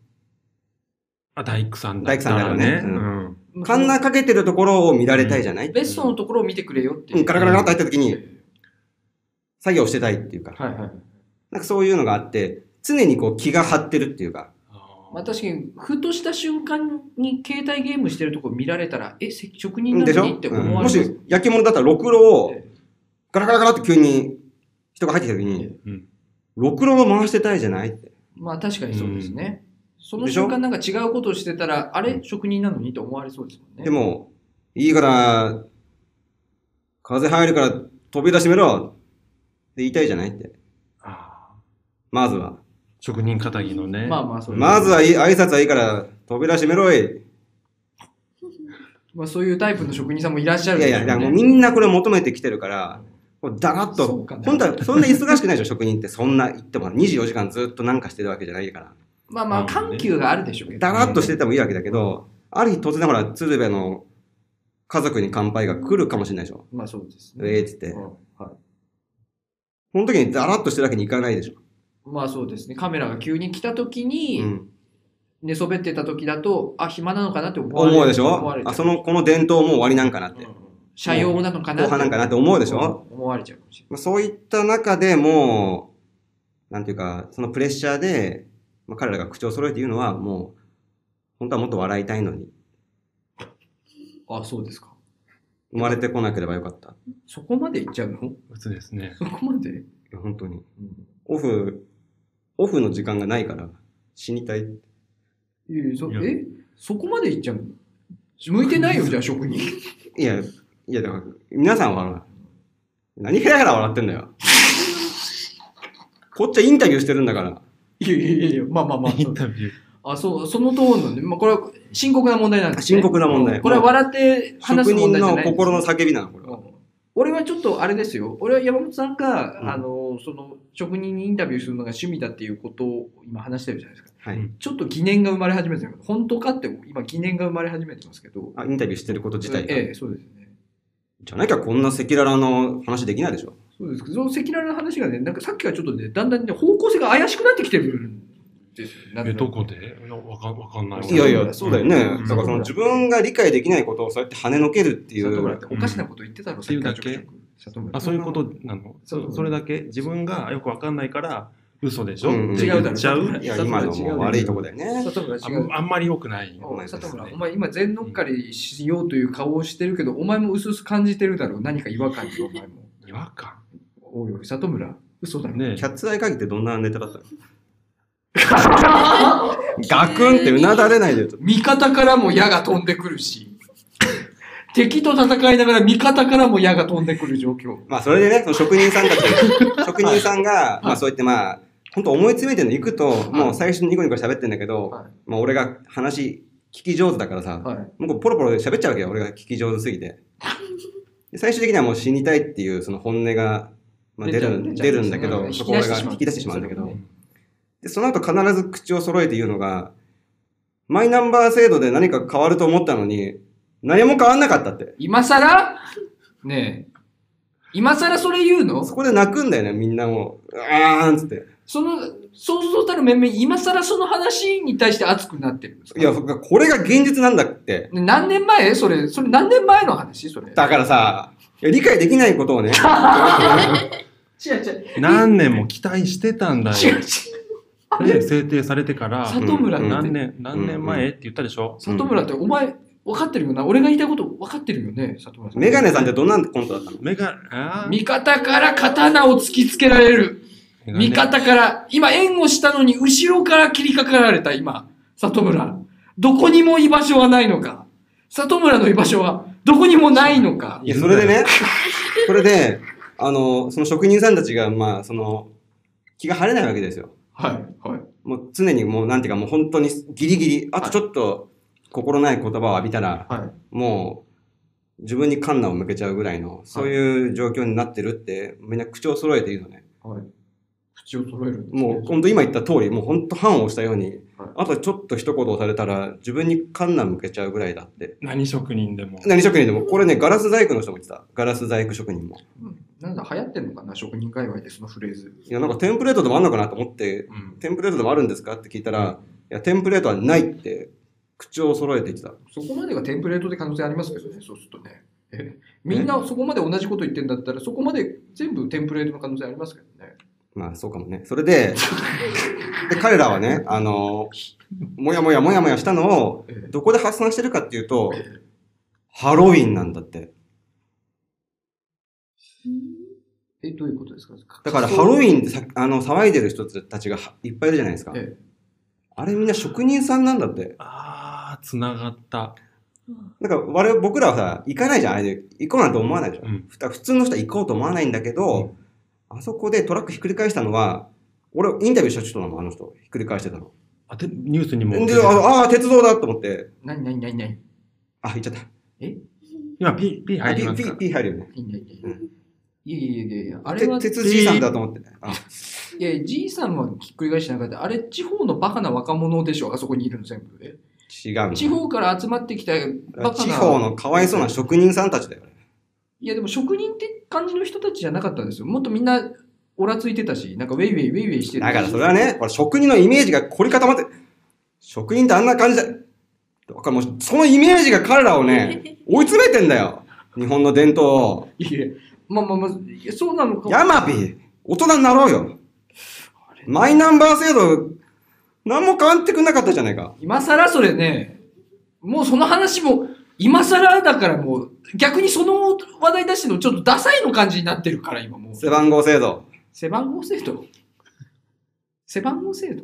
S3: あ大工さんだ
S4: 大
S3: っ
S4: 工
S3: た
S4: さんだから
S3: らね。
S4: ねう
S3: うん
S4: カンナかけてるところを見られたいじゃない、
S2: ベストのところを見てくれよっていうう。
S4: ん、ガラガラガラっと入った時
S2: え
S4: に
S2: え
S4: 作業してたいっていうか、
S2: はいはい。
S4: なんかそういうのがあって、常にこう気が張ってるっていうか、
S2: まあ、確かに、ふとした瞬間に携帯ゲームしてるとこ見られたら、え、せ職人な
S4: でし
S2: の
S4: ょ、
S2: にって
S4: う
S2: 思
S4: ん、
S2: わ
S4: も
S2: れる、
S4: し焼き物だったらろくろを
S2: ええ
S4: ガラガラガラって急に人が入ってきた時に
S3: えうん、
S4: ろくろを回してたいじゃないって。
S2: まあ確かにそうですね。その
S4: でしょ
S2: 瞬間なんか違うことをしてたら、あれ職人なのにと思われそうですもんね。
S4: でも、いいから、風入るから飛び出してみろって言いたいじゃないって。
S3: あー
S4: まずは。
S3: 職人かたぎのね。
S2: まあまあそうです、
S4: まずはいい、挨拶はいいから飛び出してみろい。
S2: まあそういうタイプの職人さんもいらっしゃる
S4: い
S2: で
S4: やい
S2: しょ
S4: や、
S2: ね
S4: だからもうみんなこれ求めてきてるから、こうだらっ
S2: そ
S4: と
S2: うか、な
S4: 本当はそんな忙しくないでしょ、職人って。そんな言っても24時間ずっとなんかしてるわけじゃないから。
S2: まあまあ緩急があるでしょうけど、
S4: だらっとして
S2: た。
S4: てもいいわけだけど、ある日突然ほら、鶴瓶の家族に乾杯が来るかもしれないでしょ。
S2: まあそうです
S4: ええ
S2: ね。
S4: っつって
S2: う。んはい
S4: その時にだらっとしてるわけにいかないでしょ。
S2: まあそうですね。カメラが急に来た時
S4: う
S2: に、
S4: ん。
S2: 寝そべってた時だと、あ、暇なのかなって思われる。
S4: 思うでし
S2: 思
S4: ょ
S2: われちゃ
S4: あ、
S2: う
S4: その、この伝統もう終わりなんかなって。
S2: うん社用なのかな
S4: 後半なんかなって思うでしょ
S2: 思われちゃうかもしれ
S4: まあ、そういった中でもう、なんていうか、そのプレッシャーで、まあ、彼らが口を揃えて言うのは、もう、本当はもっと笑いたいのに、
S2: ない。あ、そうですか。
S4: 生まれてこなければよかった。い
S2: そこまでいっちゃうの
S3: 普通ですね。
S2: そこまで、
S4: や本当に。オフ、オフの時間がないから、死にたい。
S2: いやいやそ
S3: いや
S2: えそこまでいっちゃうの向いて ないよ、じゃあ職人。
S4: いや、いや、だから、皆さんはほら、何ヘラヘラ笑ってん だよ。こっちはインタビューしてるんだから。
S2: いやいやいやいや、まあまあまあ。
S3: イ
S2: そう
S3: ンタビュー。
S2: あ、そう、そのトーンなんで、まあこれは深刻な問題なんです、
S4: 深刻な問題
S2: うんこれは笑って話す
S4: 職
S2: 問
S4: 人
S2: 題じゃ
S4: の
S2: ないです
S4: 心の叫びなの、これは。
S2: 俺はちょっとあれですよ。俺は山本さんが、
S4: うん
S2: あの、その、職人にインタビューするのが趣味だっていうことを今話してるじゃないですか。
S4: は
S3: う
S4: い
S3: ん。
S2: ちょっと疑念が生まれ始めてる。本当かって今疑念が生まれ始めてますけど。
S4: あ、インタビューしてること自体が。
S2: ええ、そうですね。
S4: じゃなきゃこんな赤裸々の話できないでしょ。
S2: そうですけど、その赤裸々な話がね、なんかさっきからちょっとね、だんだんね、方向性が怪しくなってきてるんですよ。なん
S3: え、
S2: か
S3: どこでいや、わかんわかんない。
S4: いやいや、そうだよね。
S3: ん
S4: だからその自分が理解できないことをそうやって跳ねのけるってい
S2: 里村っ
S4: う
S2: て。おかしなこと言ってたろ、さっきからちょくちょく里村
S3: あ、そういうことなの
S2: そう
S3: そそれだけ自分がよくわかんないから、嘘でしょ、
S4: うんうん
S3: って言っちゃう
S2: 違うだろ
S4: いや、今のも悪いとこだよね。
S2: 里村
S3: あ
S2: 違うん
S3: あんまり良くない。
S4: お前
S2: 里村、
S4: ですね
S2: お前今全乗っかりしようという顔をしてるけど、お前も薄々感じてるだろう。何か違和感よ、お前も。
S3: 違和感。
S2: おいおい、里村、嘘だね。
S3: ね
S4: キャッツアイ会議ってどんなネタだ ったのガクンってうなだれないでよ。
S2: 味方からも矢が飛んでくるし、 敵と戦いながら味方からも矢が飛んでくる状況。
S4: まあ、それでね、その職人さん たち、職人さんが、まあ、そうやってまあ、本当思い詰めてるの行くと、もう最初にニコニコ喋ってんだけど、
S2: は
S4: まあ、俺が話、聞き上手だからさ、
S2: い。はい。
S4: もうこうポロポロ喋っちゃうわけよ、俺が聞き上手すぎて。で最終的にはもう死にたいっていうその本音が、まあ、出る出るんだけど、そこが引き出してしまうんだけど、でその後必ず口を揃えて言うのが、マイナンバー制度で何か変わると思ったのに、何も変わんなかったって。
S2: 今さらねえ。今さらそれ言うの
S4: そこで泣くんだよね、みんなもう。うあーんっつって。
S2: その、想像たる面々、今さらその話に対して熱くなってるんですか
S4: いや、そっかこれが現実なんだって。
S2: ね何年前それ、それ何年前の話それ。
S4: だからさ、いや理解できないことを ね、
S2: 違う違う。
S3: 何年も期待してたんだ
S2: 違う違
S3: よ。
S2: う。
S3: ね、制定されてから、
S2: 里村っ
S4: うん
S2: て、
S3: 何年、何年前って言ったでしょ、
S2: 里村ってお前、分かってるよな。俺が言いたいこと分かってるよね、里村さん。
S4: メガネさんってどんなコントだったの
S3: メガ、あー
S2: 味方から刀を突きつけられる。
S3: メガネ
S2: 味方から、今援護したのに後ろから切りかかられた今、里村。どこにも居場所はないのか。里村の居場所はどこにもないのか。
S4: いや、それでね、 それで、あの、その職人さんたちが、まあ、その、気が晴れないわけですよ。
S2: はい、はい。
S4: もう常にもう、なんていうか、もう本当にギリギリ、あとちょっと心ない言葉を浴びたら、
S2: はい
S4: もう、自分にカンナを向けちゃうぐらいの、そういう状況になってるって、みんな口を揃えて言うのね。
S2: はい。口を揃えるんですね、
S4: もう、本当今言った通り、もう本当判を押したように、
S2: はい
S4: あとちょっと一言をされたら、自分にカンナ向けちゃうぐらいだって。
S3: 何職人でも。
S4: 何職人でも、これね、ガラス細工の人も言ってた。ガラス細工職人も。
S2: うんなんだ、流行ってんのかな、職人界隈でそのフレーズ。
S4: いや、なんかテンプレートでもあんのかなと思って、
S2: うん。
S4: テンプレートでもあるんですかって聞いたら、いや、テンプレートはないって、口を揃えてきた。
S2: そこまでがテンプレートで可能性ありますけどね、そうするとね。えみんなそこまで同じこと言ってんだったら、そこまで全部テンプレートの可能性ありますけどね。
S4: まあ、そうかもね。そ れで、で、彼らはね、あの、もやもやもやもやしたのを、
S2: ええ
S4: どこで発散してるかっていうと、ハロウィンなんだって。
S2: え、どういうことですか
S4: だから、ハロウ
S2: ン
S4: ィンってさあの、騒いでる人たちがはいっぱいいるじゃないですか。
S2: え
S4: あれみんな職人さんなんだって。
S3: あー、つながった。
S4: なんか、我々、僕らはさ、行かないじゃん、あれで。行こうなんて思わないじゃん。
S3: うん
S4: ふた普通の人は行こうと思わないんだけど、あそこでトラックひっくり返したのは、俺、インタビューした人なの、あの人。ひっくり返してたの。
S3: あでニュースにも出て
S4: で、
S3: た。
S4: ああー、鉄道だと思って、
S2: 何何何何
S4: あ、行っちゃった。
S3: 今、ピー、ピー
S4: あ
S3: 入
S4: ピ
S3: ります
S4: ー、ピ
S3: か
S4: ー、ピー入るよね。
S2: いいねいいねいいね
S4: う
S2: いやいやいやいや、あれは、
S4: て鉄じいさんだと思って。あ
S2: いや、じいさんはひっくり返してなかった。あれ、地方のバカな若者でしょ、あそこにいるの全部。え
S4: 違うの。
S2: 地方から集まってきたバカな。
S4: 地方のかわいそうな職人さんたちだよ。
S2: いや、でも職人って感じの人たちじゃなかったんですよ。もっとみんな、オラついてたし、なんかウェイウェイウェイウェイしてる
S4: だからそれはね、俺職人のイメージが凝り固まって、職人ってあんな感じだ。だからもう、そのイメージが彼らをね、 追い詰めてんだよ。日本の伝統を。
S2: いや、まあまあまあ、いやそうなのかも
S4: ヤマピー、大人になろうよ。マイナンバー制度、何も変わってくんなかったじゃないか。
S2: 今更それね、もうその話も、今更だからもう、逆にその話題出してるのちょっとダサいの感じになってるから、今もう。
S4: 背番号制度。
S2: 背番号制度背番号制度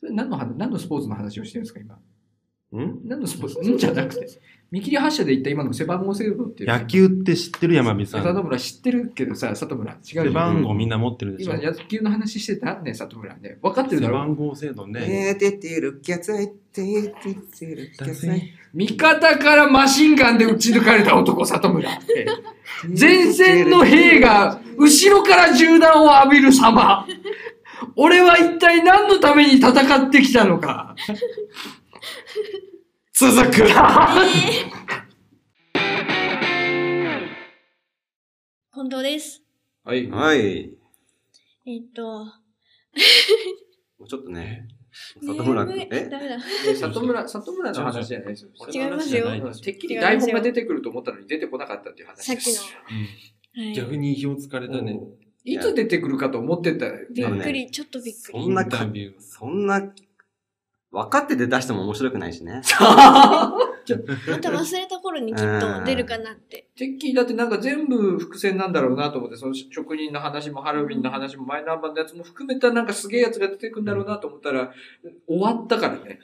S2: それ何の話何のスポーツの話をしてるんですか、今。
S4: ん
S2: 何のスポーツんじゃなくて。見切り発車で言った今の背番号制度っていう。
S3: 野球って知ってる山美さ
S2: 里
S3: ん。
S2: 村知ってるけどさ、里村。違う
S3: 背
S2: よ。
S3: 番号みんな持ってるでしょ
S2: 今、。野球の話してたね、里村ね。分かって
S3: 背
S2: るだろ
S3: 番号制度ね。
S4: えー、出てるキャツアイ、出てるキャツアイ。
S2: 味方からマシンガンで撃ち抜かれた男、里村。前線の兵が後ろから銃弾を浴びる様。俺は一体何のために戦ってきたのか。
S4: 続く
S1: 本当です。
S2: はい。
S4: はい。
S1: えっと、
S4: もうちょっとね、里村
S1: 眠
S4: 君
S1: い。
S4: え
S1: ダメだ。
S2: 里村、里村の話じゃないですよ。
S1: 違いますよ
S3: 俺の話じゃないです
S2: てっきり台本が出てくると思ったのに出てこなかったっていう話
S1: さっ
S2: で
S1: き
S2: す。
S1: の。
S3: うん
S1: はい、
S3: 逆に意表をつかれたね。
S2: おういつ出てくるかと思ってたよ
S1: びっ
S2: ね。
S1: くり、ちょっとびっく
S4: そ
S1: り。
S4: んな
S3: インタ
S4: か、
S3: ビュー。
S4: そんな、分かってて出しても面白くないしね。
S1: また忘れた頃にきっと出るかなって。
S2: テッキーだってなんか全部伏線なんだろうなと思って、その職人の話もハロウィンの話もマイナンバーのやつも含めたなんかすげえやつが出てくるんだろうなと思ったら、終わったからね。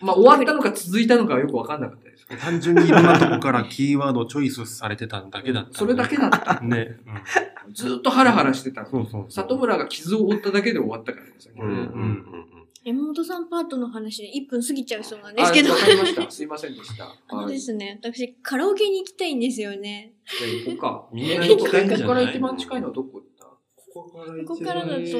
S2: まあ終わったのか続いたのかはよくわかんなかったですけど。
S3: 単純にいろんなとこから キーワードをチョイスされてただけだった、
S2: それだけだった。
S3: ね。うん
S2: ずーっとハラハラしてた。
S3: そうそうそう。
S2: 里村が傷を負っただけで終わったからね、さっきね
S4: うんうん
S3: ん
S1: 山本さんパートの話で1分過ぎちゃいそうなんですけど
S2: あわ。かりました。すいませんでした。
S1: あの
S2: はい
S1: で
S2: じ
S1: すね、私、カラオケに行きたいんですよね。
S2: ゃあ行こうか。
S3: みんな行きたいんじゃない
S2: ここから一番近いのはどこ行った
S3: ここ
S1: ここからだと
S2: ど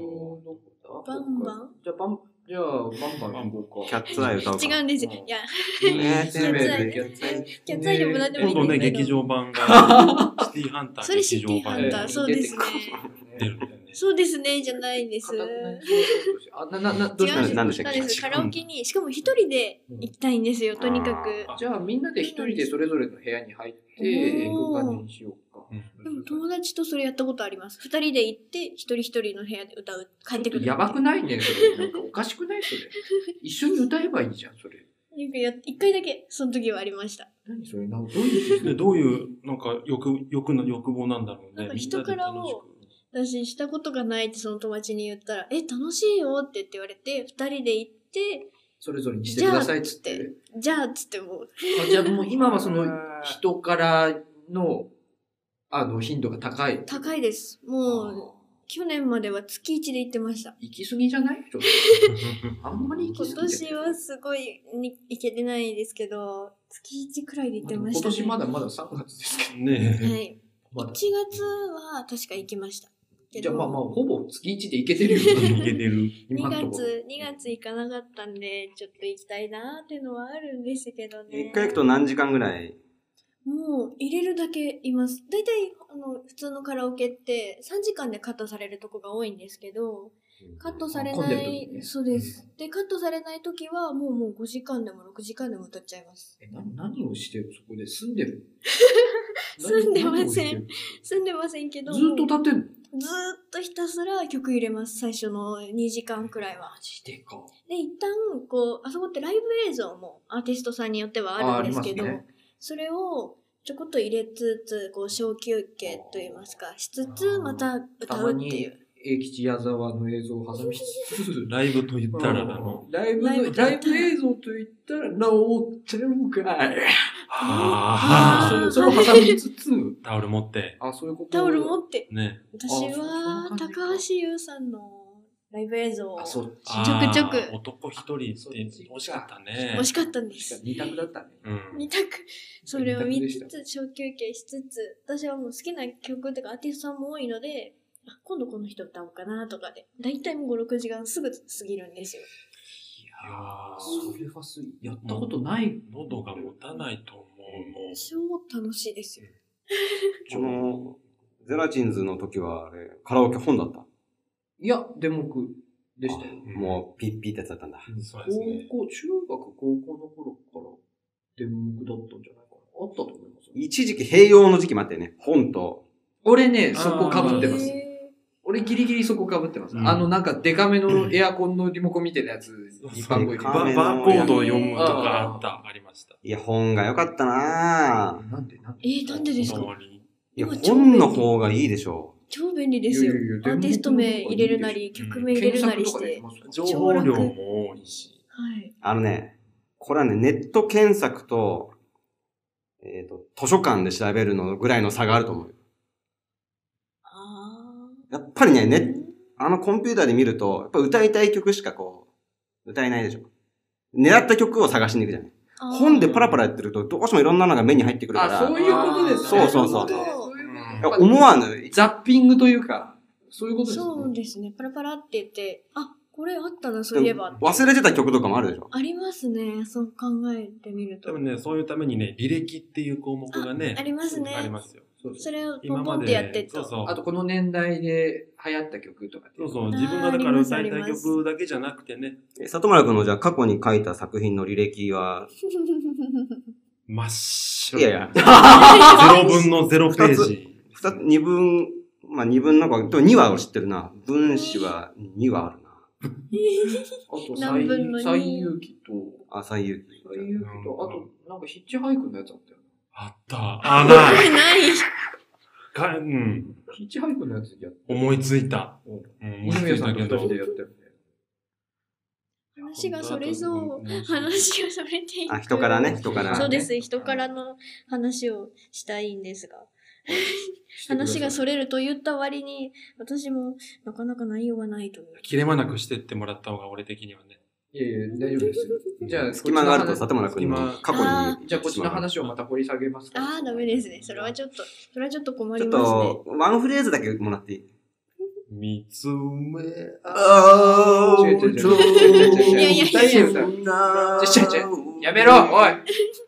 S2: こだ
S1: バンバン
S2: じゃあ、バン、じゃあ、バンバン行こう
S4: キ
S2: か。
S4: ャッツアイ歌うか。
S1: 違うんですよ。いや、
S4: ね
S1: キャッツアイ
S4: キャッツアイ
S1: キャッツアイでも何でもい
S3: 今
S1: いん
S3: 度
S1: だ
S3: ね、
S1: けど
S3: 劇場版が、シティハンター
S1: それシティハンター
S2: ええ
S1: そうですね
S3: 出るんだよね。
S1: そうですね、じゃないです。
S2: 硬くない
S1: 違
S2: あ、な、な、な、どうし
S1: う
S2: た
S1: んで。
S2: んですす
S4: な
S2: か
S4: んでしたっけ
S1: なんですカラオケに、しかも一人で行きたいんですよ、とにかく。
S2: じゃあ、みんなで一人でそれぞれの部屋に入って、映
S1: おー
S2: 画館にしようか。
S1: でも友達とそれやったことあります。二人で行って、一人一人の部屋で歌う、帰ってくる。
S2: やばくないね、それ。なんかおかしくないそれ。一緒に歌えばいいじゃん、それ。
S1: なんかや一回だけ、その時はありました。
S2: 何それなんどういうシステ
S3: で
S2: ム
S3: どういう、なんか欲、欲の欲望なんだろう
S1: なん
S3: ね
S1: か。人から
S3: みんなで楽し
S1: を私、したことがないってその友達に言ったら、え、楽しいよって言って言われて、二人で行って、
S2: それぞれにしてくださいっつって。
S1: じゃあ、つってもう、
S2: あじゃあ、もう今はその、人からの、あの、頻度が高い。
S1: 高いです。もう、去年までは月一で行ってました。
S2: 行き過ぎじゃないちょっ
S3: く
S2: と。あんまり行
S1: 今
S2: き過ぎじゃない
S1: 年はすごいに行けてないですけど、月1くらいで行ってまし
S2: 今
S1: た、ね。
S2: 年まだまだ3月ですけ
S1: は
S3: ね
S1: い。
S2: ど。ま
S1: 1
S2: だ
S1: 月は確か行きました。け
S2: じゃあ
S1: ど、
S2: まあまあ、ほぼ月1で行けてるよ
S3: え。。逃げてる。
S2: 今のと
S1: 2
S2: ころ。
S1: 月、2月行かなかったんで、ちょっと行きたいなーっていうのはあるんですけどね。
S4: 一回行くと何時間ぐらい
S1: もう入れるだけいます。大体、あの、普通のカラオケって3時間でカットされるとこが多いんですけど、カットされ
S2: 混
S1: な
S2: んでる
S1: い、
S2: 時ね
S1: そうです。で、カットされない時はもうもう5時間でも6時間でも歌っちゃいます。
S2: え、な何をしてるそこで住んで る
S1: 住んでません
S2: 何を
S1: 住んでませんけど。
S2: してるずっと立ってんの
S1: ずーっとひたすら曲入れます、最初の2時間くらいは。
S2: してか。
S1: で、一旦、こう、あそこってライブ映像もアーティストさんによってはあるんですけど、
S2: ああります
S1: それをちょこっと入れつつ、こう、小休憩といいますか、しつつ、また
S2: た
S1: 歌
S2: ま
S1: うってい
S2: に
S1: う。、
S2: 英吉矢沢の映像を挟みつつ、
S3: ライブと言ったら、あの、
S2: ライブ
S1: ライブ
S2: の、ライブ映像と言ったら、なおちゃうんかい。
S3: あ
S2: そ
S1: ー
S2: れそれを挟みつつ、
S3: ータオル持って、
S2: あ、そういうこと。
S1: タオル持って、
S3: ね。
S1: 私は
S2: あそうそういう感
S1: 高
S2: じ
S1: 橋優さんのライブ映像を
S2: あ、
S1: ち
S2: そ
S1: ょ
S2: う。
S1: くちょ
S3: あー
S1: く
S3: 男一人って惜しかったね。
S1: 惜しかったんで
S2: しか
S1: す。
S2: 二択だったね。
S3: うん
S1: 二択。 それを見
S2: 二
S1: つ
S2: 択で
S1: つ、小休憩しつつ、私はもう好きな曲とかアーティストさんも多いので、あ今度この人歌おうかなとかで、だいたいもう5、6時間すぐ過ぎるんですよ。
S3: いやー
S2: それはすやったことない。
S3: 喉が持たないと思う。もう
S1: 超楽しいですよ。
S4: この、ゼラチンズの時は、あれ、カラオケ本だった。
S2: いや、デモクでしたよ。
S4: もう、ピッピってやつだったんだ。
S3: そうですね。
S2: 高校、中学、高校の頃からデモクだったんじゃないかな。あったと思いますよ。
S4: 一時期、併用の時期もあったよね。本と、
S2: 俺ね、そこ被
S3: 持
S2: ってます。
S1: へ
S2: 俺ギリギリそこ被ってます。
S3: うん
S2: あの、なんかデカめのエアコンのリモコンみたいなやつに番号入れ
S3: バ
S4: そう
S2: て。
S3: ーバーコードを読むとかあった、ありました。
S4: いや、本が良かったなぁ。
S2: なんでなんで
S1: えー、なんでです
S3: 子
S1: か
S3: 供に
S4: いや、
S1: 今超
S4: 本の方がいいでしょ
S1: 超便利ですよ
S2: いやいやい。
S1: ア
S2: や
S1: ーティスト名入れるなり、
S3: でも
S1: 曲名入れるなりして。
S2: 検索とかできます
S3: 情報量も多いし。
S1: はい。
S4: う。あのね、これはね、ネット検索と、えっ、と、図書館で調べるのぐらいの差があると思う。
S1: あ
S4: やっぱりね、
S1: ー
S4: ね、あのコンピューターで見ると、やっぱ歌いたい曲しかこう、歌えないでしょ。狙った曲を探しに行くじゃない。
S1: あー
S4: 本でパラパラやってると、どうしてもいろんなのが目に入ってくるか
S2: あ、
S4: ら、
S2: そういうことですね。
S4: そうそうそう
S2: そういう
S4: いや
S2: こと
S4: 思わぬ、
S2: ザッピングというか、そういうことですね。
S1: そうですね。パラパラって言って、あ、これあったな、そういえば。
S4: 忘れてた曲とかもあるでしょ。
S1: ありますね。そう考えてみる
S3: で
S1: と
S3: も。ね、そういうためにね、履歴っていう項目がね、
S1: あありますね
S3: ありますよ。
S2: そうそ
S1: そうれをポ
S3: 今
S1: ンポ
S3: ま
S1: ンっ
S3: で
S1: てやってった。
S3: そうそう。
S2: あと、この年代で流行った曲とかってい
S3: そうう
S2: の
S3: そ
S1: あー
S3: う。自分がだか
S1: あり
S3: ら
S1: ます
S3: 歌いたい曲だけじゃなくてね、
S4: え里村くんのじゃあ過去に書いた作品の履歴は、
S3: 真っ白。
S4: いやいや、
S3: 0分の0ページ。
S4: 二、二分、まあ、二分なんか、でも二は知ってるな。分子は二はあるな。
S2: あと、
S1: 何分の二
S2: 最有機と、
S4: あ、最優秀。
S2: 最有機と、あと、なんかヒッチハイクのやつあったよね。
S3: あった。あ、 ない。
S1: ない。
S3: か、うん。
S2: ヒッチハイクのやつやって
S3: 思いついた。
S2: うん
S3: うん思い
S2: 二
S3: つ
S2: 宮
S3: い
S2: さ
S3: た
S2: んと
S3: け
S2: 二
S3: ど
S2: 人。でやったよね。
S1: 話がそれそ
S3: うん
S1: う。話がそれていく
S4: あ、人からね、人から。
S1: そうです。人からの話をしたいんですが。話がそれると言った割に、私もなかなか内容がないという。
S3: 切れ間なくしてってもらった方が俺的にはね。
S2: いやいや、大丈夫ですよ。じゃあ、
S4: 隙間があると
S2: こっち
S4: 里
S2: の
S4: 村
S2: 話
S4: 君の過去
S1: あ
S4: に。
S2: じゃあ、こっちの話をまた掘り下げますから
S1: ああ、ダメですね。それはちょっと、それはちょっと困
S4: ち
S1: り
S4: ょっ
S1: ますね。
S4: と、ワンフレーズだけもらっていい
S3: 見つめ
S4: あ
S2: 違う違う違う違う
S1: い
S2: 違う
S1: やいやいや
S2: 大丈夫だよやめろおい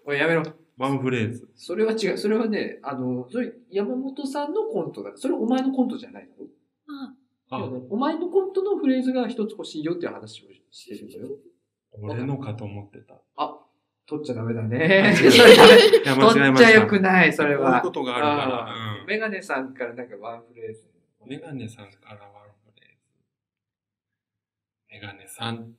S2: おいやめろ
S3: ワンフレーズ。
S2: それは違う。それはね、あの、それ山本さんのコントだから、それお前のコントじゃないの
S1: あ
S3: あ、
S2: お前のコントのフレーズが一つ欲しいよっていう話をしてるんだよ。
S3: 俺のかと思ってた。
S2: 取っちゃダメだね。
S3: 違う
S2: それダメ
S3: いや、間違
S2: 取
S3: え
S2: っ
S3: ま
S2: ちゃ
S3: した。
S2: よくない、それ
S3: こういう
S2: は
S3: こ。とがあるから。うん
S2: メガネさんからなんかワンフレーズ。
S3: メガネさんからワンフレーズ。メガネさん、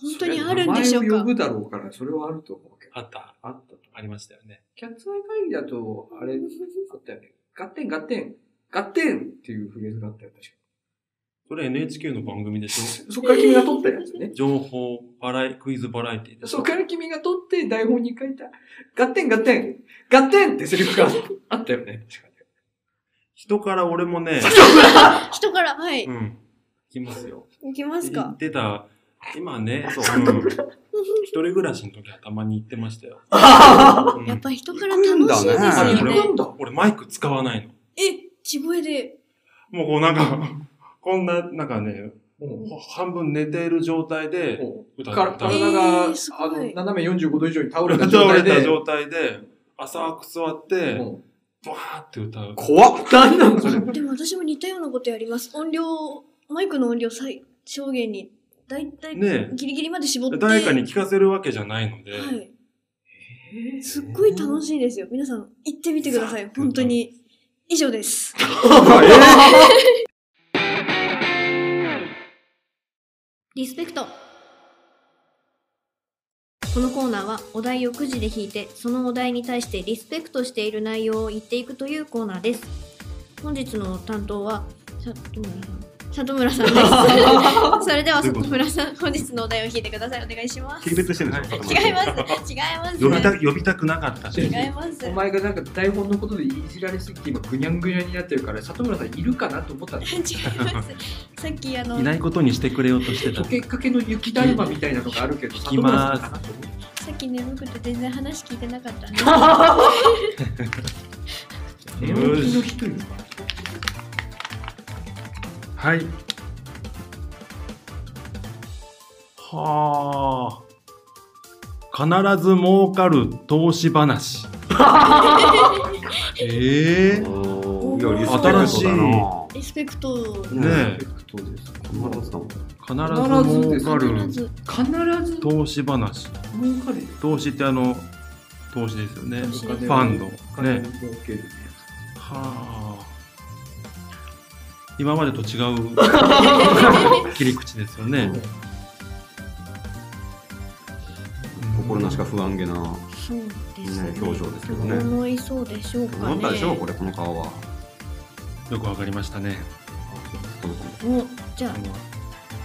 S1: 本当にあるんでしょう
S2: それ名前を
S1: か
S2: 呼ぶだろうから、それはあると思うけど。
S3: あった、
S2: あったと。
S3: ありましたよね。
S2: キャッツアイ会議だと、あれ、あったよね。ガッテンガッテン、ガッテンっていうフレーズがあったよ、確か。
S3: それ NHK の番組で し
S2: そっから君が取ったやつね
S3: ょ。情報、バラエ、クイズバラエティでし
S2: そ
S3: ょ
S2: っから君が取って台本に書いた、ガッテンガッテン、ガッテンってセリフがあったよね。確かに。
S3: 人から俺もね、
S1: 人から、はい。
S3: うん、行きますよ。
S1: 行きます
S3: 行
S1: か
S3: っ。てた、今ね、そう、うん、一人暮らしの時はたまに行ってましたよ。うん
S1: やっぱ人から楽しいですよ
S4: 行くん
S1: ね
S3: だ。
S2: んだ。
S3: 俺マイク使わないの。
S1: え、地声で。
S3: もうこうなんか、こんな、なんかね、
S2: うん
S3: 半分寝ている状態で、歌
S2: か
S3: 歌
S2: 体が、
S1: えーすごい
S2: あの、斜め45度以上に倒れた状
S3: 倒れ
S2: 態
S3: た
S2: で。
S3: 状態で、浅く座って、
S2: うん
S3: バーって歌う。
S4: 怖っ
S2: 何なのそれ。
S1: でも私も似たようなことやります。音量、マイクの音量最小限に、だいたい
S3: ね
S1: ギリギリまで絞って。
S3: 誰かに聞かせるわけじゃないので、
S1: はい。すっごい楽しいですよ。皆さん、行ってみてください。本当に。以上です。リスペクト。このコーナーはお題をくじで引いて、そのお題に対してリスペクトしている内容を言っていくというコーナーです。本日の担当は、里村さん。里村さんです。 それでは里村さん、本日のお題を引いてください。お願いします。
S5: 切り別してるんでしょ
S3: はい
S1: 違います。違います。
S3: 呼びた呼びたくなかったし、
S1: 違います
S2: お。前がなんか台本のことでいじられすぎて今ぐにゃんぐにゃんになってるから、里村さんいるかなと思ったの。
S1: 違います。さっきあの
S3: い、ないことにしてくれようとしてた
S2: 溶。けかけの雪だるまみたいなのがあるけど、
S3: 聞き
S2: 里村さ
S3: ます
S2: んかなと思った
S1: さっき眠くて全然話聞いてなかったんで。
S2: 寝起きの
S3: よ
S2: 人よ
S3: はい。はあ。必ず儲かる投資話。ええ
S4: お
S1: ー
S4: いや、リスペクトだな
S1: リスペクト。
S3: ねえ
S4: リスペクトです。こんなことだもん。
S3: 必ず儲か
S1: 必
S3: る
S1: ず。
S2: 必ず
S3: 投資話。
S2: 儲かるよ。
S3: 投資ってあの投資ですよね。
S1: 投
S3: フ
S1: 資
S3: ァンド
S2: お金を
S3: ね。
S2: 儲ける
S3: はあ。今までと違 う切り口ですよね。
S4: 心なしか不安げな、ね、
S1: そうですね。
S4: 表情ですけどね。
S1: 思いそうでしょうかね。
S4: 思ったでしょこれ、この顔は。
S3: よくわかりましたね。
S1: お、じゃ
S3: あ
S1: あ、
S3: の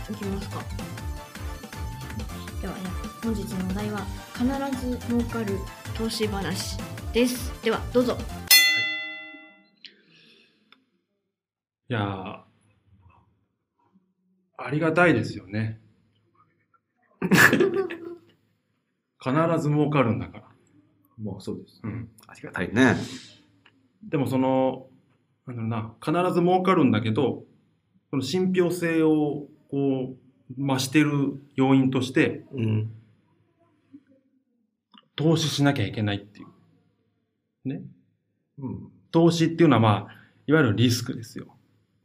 S1: 行きますか。では、ね、本日のお題は必ず儲かる投資話です。では、どうぞ。
S3: いやーありがたいですよ ね。必ず儲かるんだから。
S2: まあそうです。
S3: うん。
S4: ありがたいね。
S3: でもその、なんだろうな、必ず儲かるんだけど、その信憑性をこう増してる要因として、
S4: うん。
S3: 投資しなきゃいけないっていう。
S2: うん。
S3: 投資っていうのはまあ、いわゆるリスクですよ。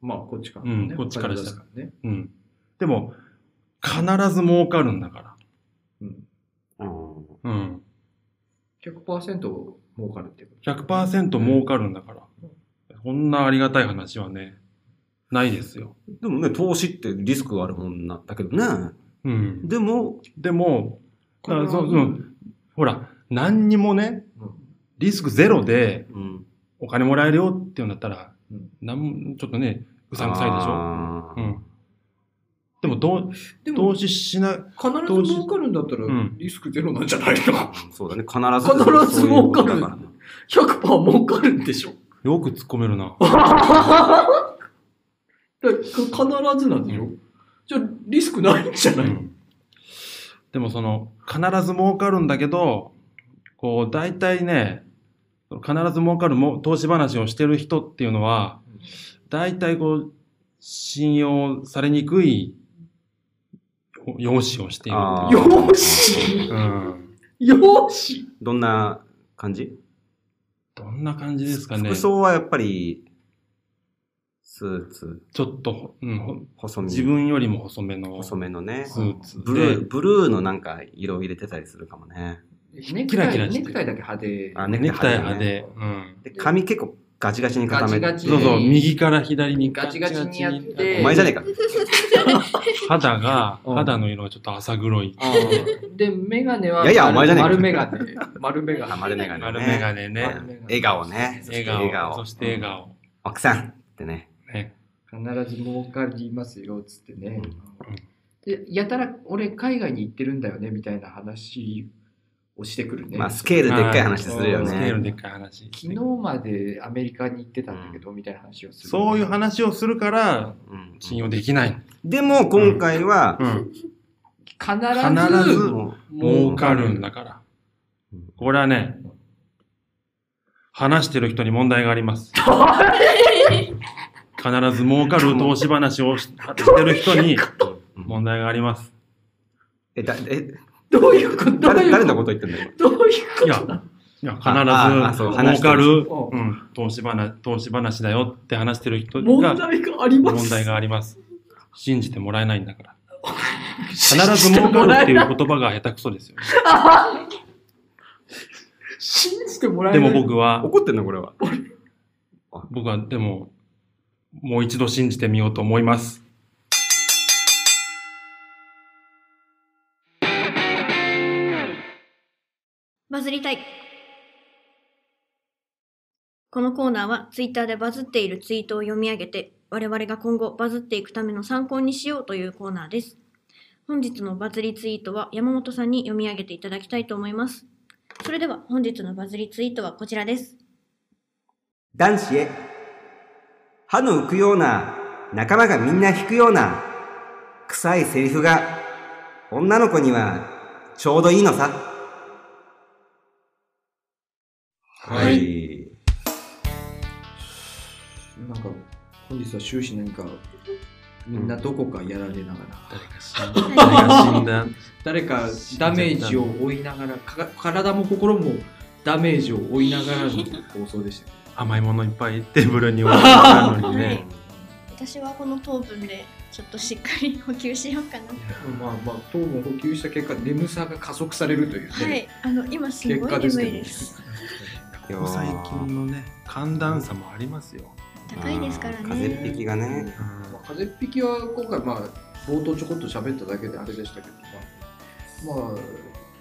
S2: まあこっちから
S3: うんこっちからした
S2: らね。
S3: うん。でも、必ず儲かるんだか
S2: うん。
S4: うん
S3: ら。うん。
S2: 100%儲かるっていうこと。
S3: 100%儲かるんだから。こんなありがたい話はね、ないですよ。
S4: でもね、投資ってリスクがあるもんなんだけどね。
S3: うん。
S4: でも、
S3: でも、だからそう
S2: こ
S3: う
S2: れは
S3: ん、ほら、何にもね
S2: うん、
S3: リスクゼロで
S4: うん。
S3: お金もらえるよっていうんだったら、
S2: うん
S3: なんちょっとね、う
S4: う
S3: さんくさいでしょ。う
S4: ょ
S3: ん。でも、どう
S2: でも
S3: 投資しない、
S2: 必ず儲かるんだったら
S3: うん
S2: リスクゼロなんじゃないの
S4: そうだね、必ず。
S2: 必ず儲かる
S4: そういうことだらな
S2: ?100% 儲かるんでしょ
S3: よく突っ込めるな。
S2: だ必ずなんでしょ、じゃあリスクないんじゃない、
S3: でもその必ず儲かるんだけどこう大体ね必ず儲かるも投資話をしてる人っていうのは大体こう信用されにくい容姿をしている
S4: あー
S2: よし
S3: うん、
S2: よし
S4: どんな感じ
S3: どんな感じですかね
S4: 服
S3: ちょ
S4: 装はやっぱり、スーツ、
S3: っと、うんほ
S4: 細身。
S3: 自分よりも細めの
S4: 細めのね。
S3: スーツで
S4: ブルー、ブルーのなんか色を入れてたりするかもね。
S2: ネ
S3: キ
S2: ク
S3: ラ
S2: タ
S3: キラ
S2: イ
S3: してる
S2: ネクタイだけ派手。
S4: あ、
S3: ネクタイ
S4: 派
S3: 派
S4: 手ね
S3: で、うん、
S4: で、髪結構ガチガチに固めて。
S2: ガチガチ
S3: そうそう右から左に
S2: ガチガチにやって
S3: ガチガチに
S4: お前じゃねえか。
S3: 肌が
S2: うん
S3: 肌の色がちょっと浅黒い
S2: あーで、メガネは、
S4: いやいやお前じゃねえか
S2: 丸メガネ。丸メガ
S4: あ、
S2: ネ。
S4: 丸メガネ、ね。
S3: 丸眼鏡ね
S2: 丸眼鏡
S4: 笑顔ね。
S3: 笑
S4: そ
S3: 顔
S4: して
S3: そして笑顔、
S4: 奥さんってね。
S3: ね
S2: 必ず儲かりますよ、つってね。
S3: うん
S2: で、やたら俺海外に行ってるんだよね、みたいな話をしてくるね。
S4: まあ、スケールでっかい話するよ
S2: うん
S3: スケールで
S4: ね。
S3: っかい話
S2: 昨日までアメリカに行ってたんだけど、みたいな話をする。
S3: そういう話をするから
S4: うん
S3: 信用できない、
S4: でも、今回は、
S3: うん、
S2: 必
S3: 必
S2: ず
S3: ず
S4: も
S3: 儲かるんだから
S4: うん
S3: これはね話してる人に問題があ ります必ず儲かる投資話をししてる人に
S4: ううん
S3: 問題があります
S4: え、だ、え、
S2: どういうことどう
S4: 誰、
S2: いう
S4: 誰
S2: こ
S4: のこと言ってんだよ。
S2: とどういうこ
S3: いや
S2: とだ
S3: いや必
S4: ああそう
S3: ず儲
S4: 話して
S3: か
S4: る
S3: る、
S2: 人
S3: うん、投資話投資話だよって話してる人
S2: 問
S3: が
S2: 題があります。
S3: 問題があります。信じてもらえないんだから。
S2: 必
S3: 必ず儲かるっていう言葉が下手くそですよ。
S2: 信じてもらえ
S3: で
S2: ない。
S3: も僕は、
S4: 怒ってんの、これは。
S3: 僕はでも、もう一度信じてみようと思います。
S1: バズりたい。このコーナーはツイッターでバズっているツイートを読み上げて、我々が今後バズっていくための参考にしようというコーナーです。本日のバズりツイートは山本さんに読み上げていただきたいと思います。それでは本日のバズりツイートはこちらです。
S4: 男子へ。歯の浮くような、仲間がみんな引くような、臭いセリフが、女の子には、ちょうどいいのさ。
S1: はい
S4: い。
S2: なんか、本日は終始何か、みんなどこかやられながら、
S3: 誰か死んだ。誰か死んだ。
S2: 誰かダメージを負いながら、か体も心もダメージを負いながらの放送でした。
S3: 甘いものいっぱいテーブルに置いてあるのに
S1: はい
S3: ね。
S1: 私はこの糖分でちょっとしっかり補給しようかな。
S2: まあまあ、糖分補給した結果、眠さが加速されるという、ね
S1: はい、あの今す
S2: 結
S1: ご
S2: 果
S1: い
S2: です
S1: 眠
S2: けど
S1: い
S2: ね
S1: です。
S4: いや
S3: ここ 最近のね、寒暖差もありますよ。
S1: 高いですからね。
S4: 風邪っぴきがね。
S2: まあ、風邪っ引きは今回、まあ、冒頭ちょこっと喋っただけであれでしたけど、まあ、まあ、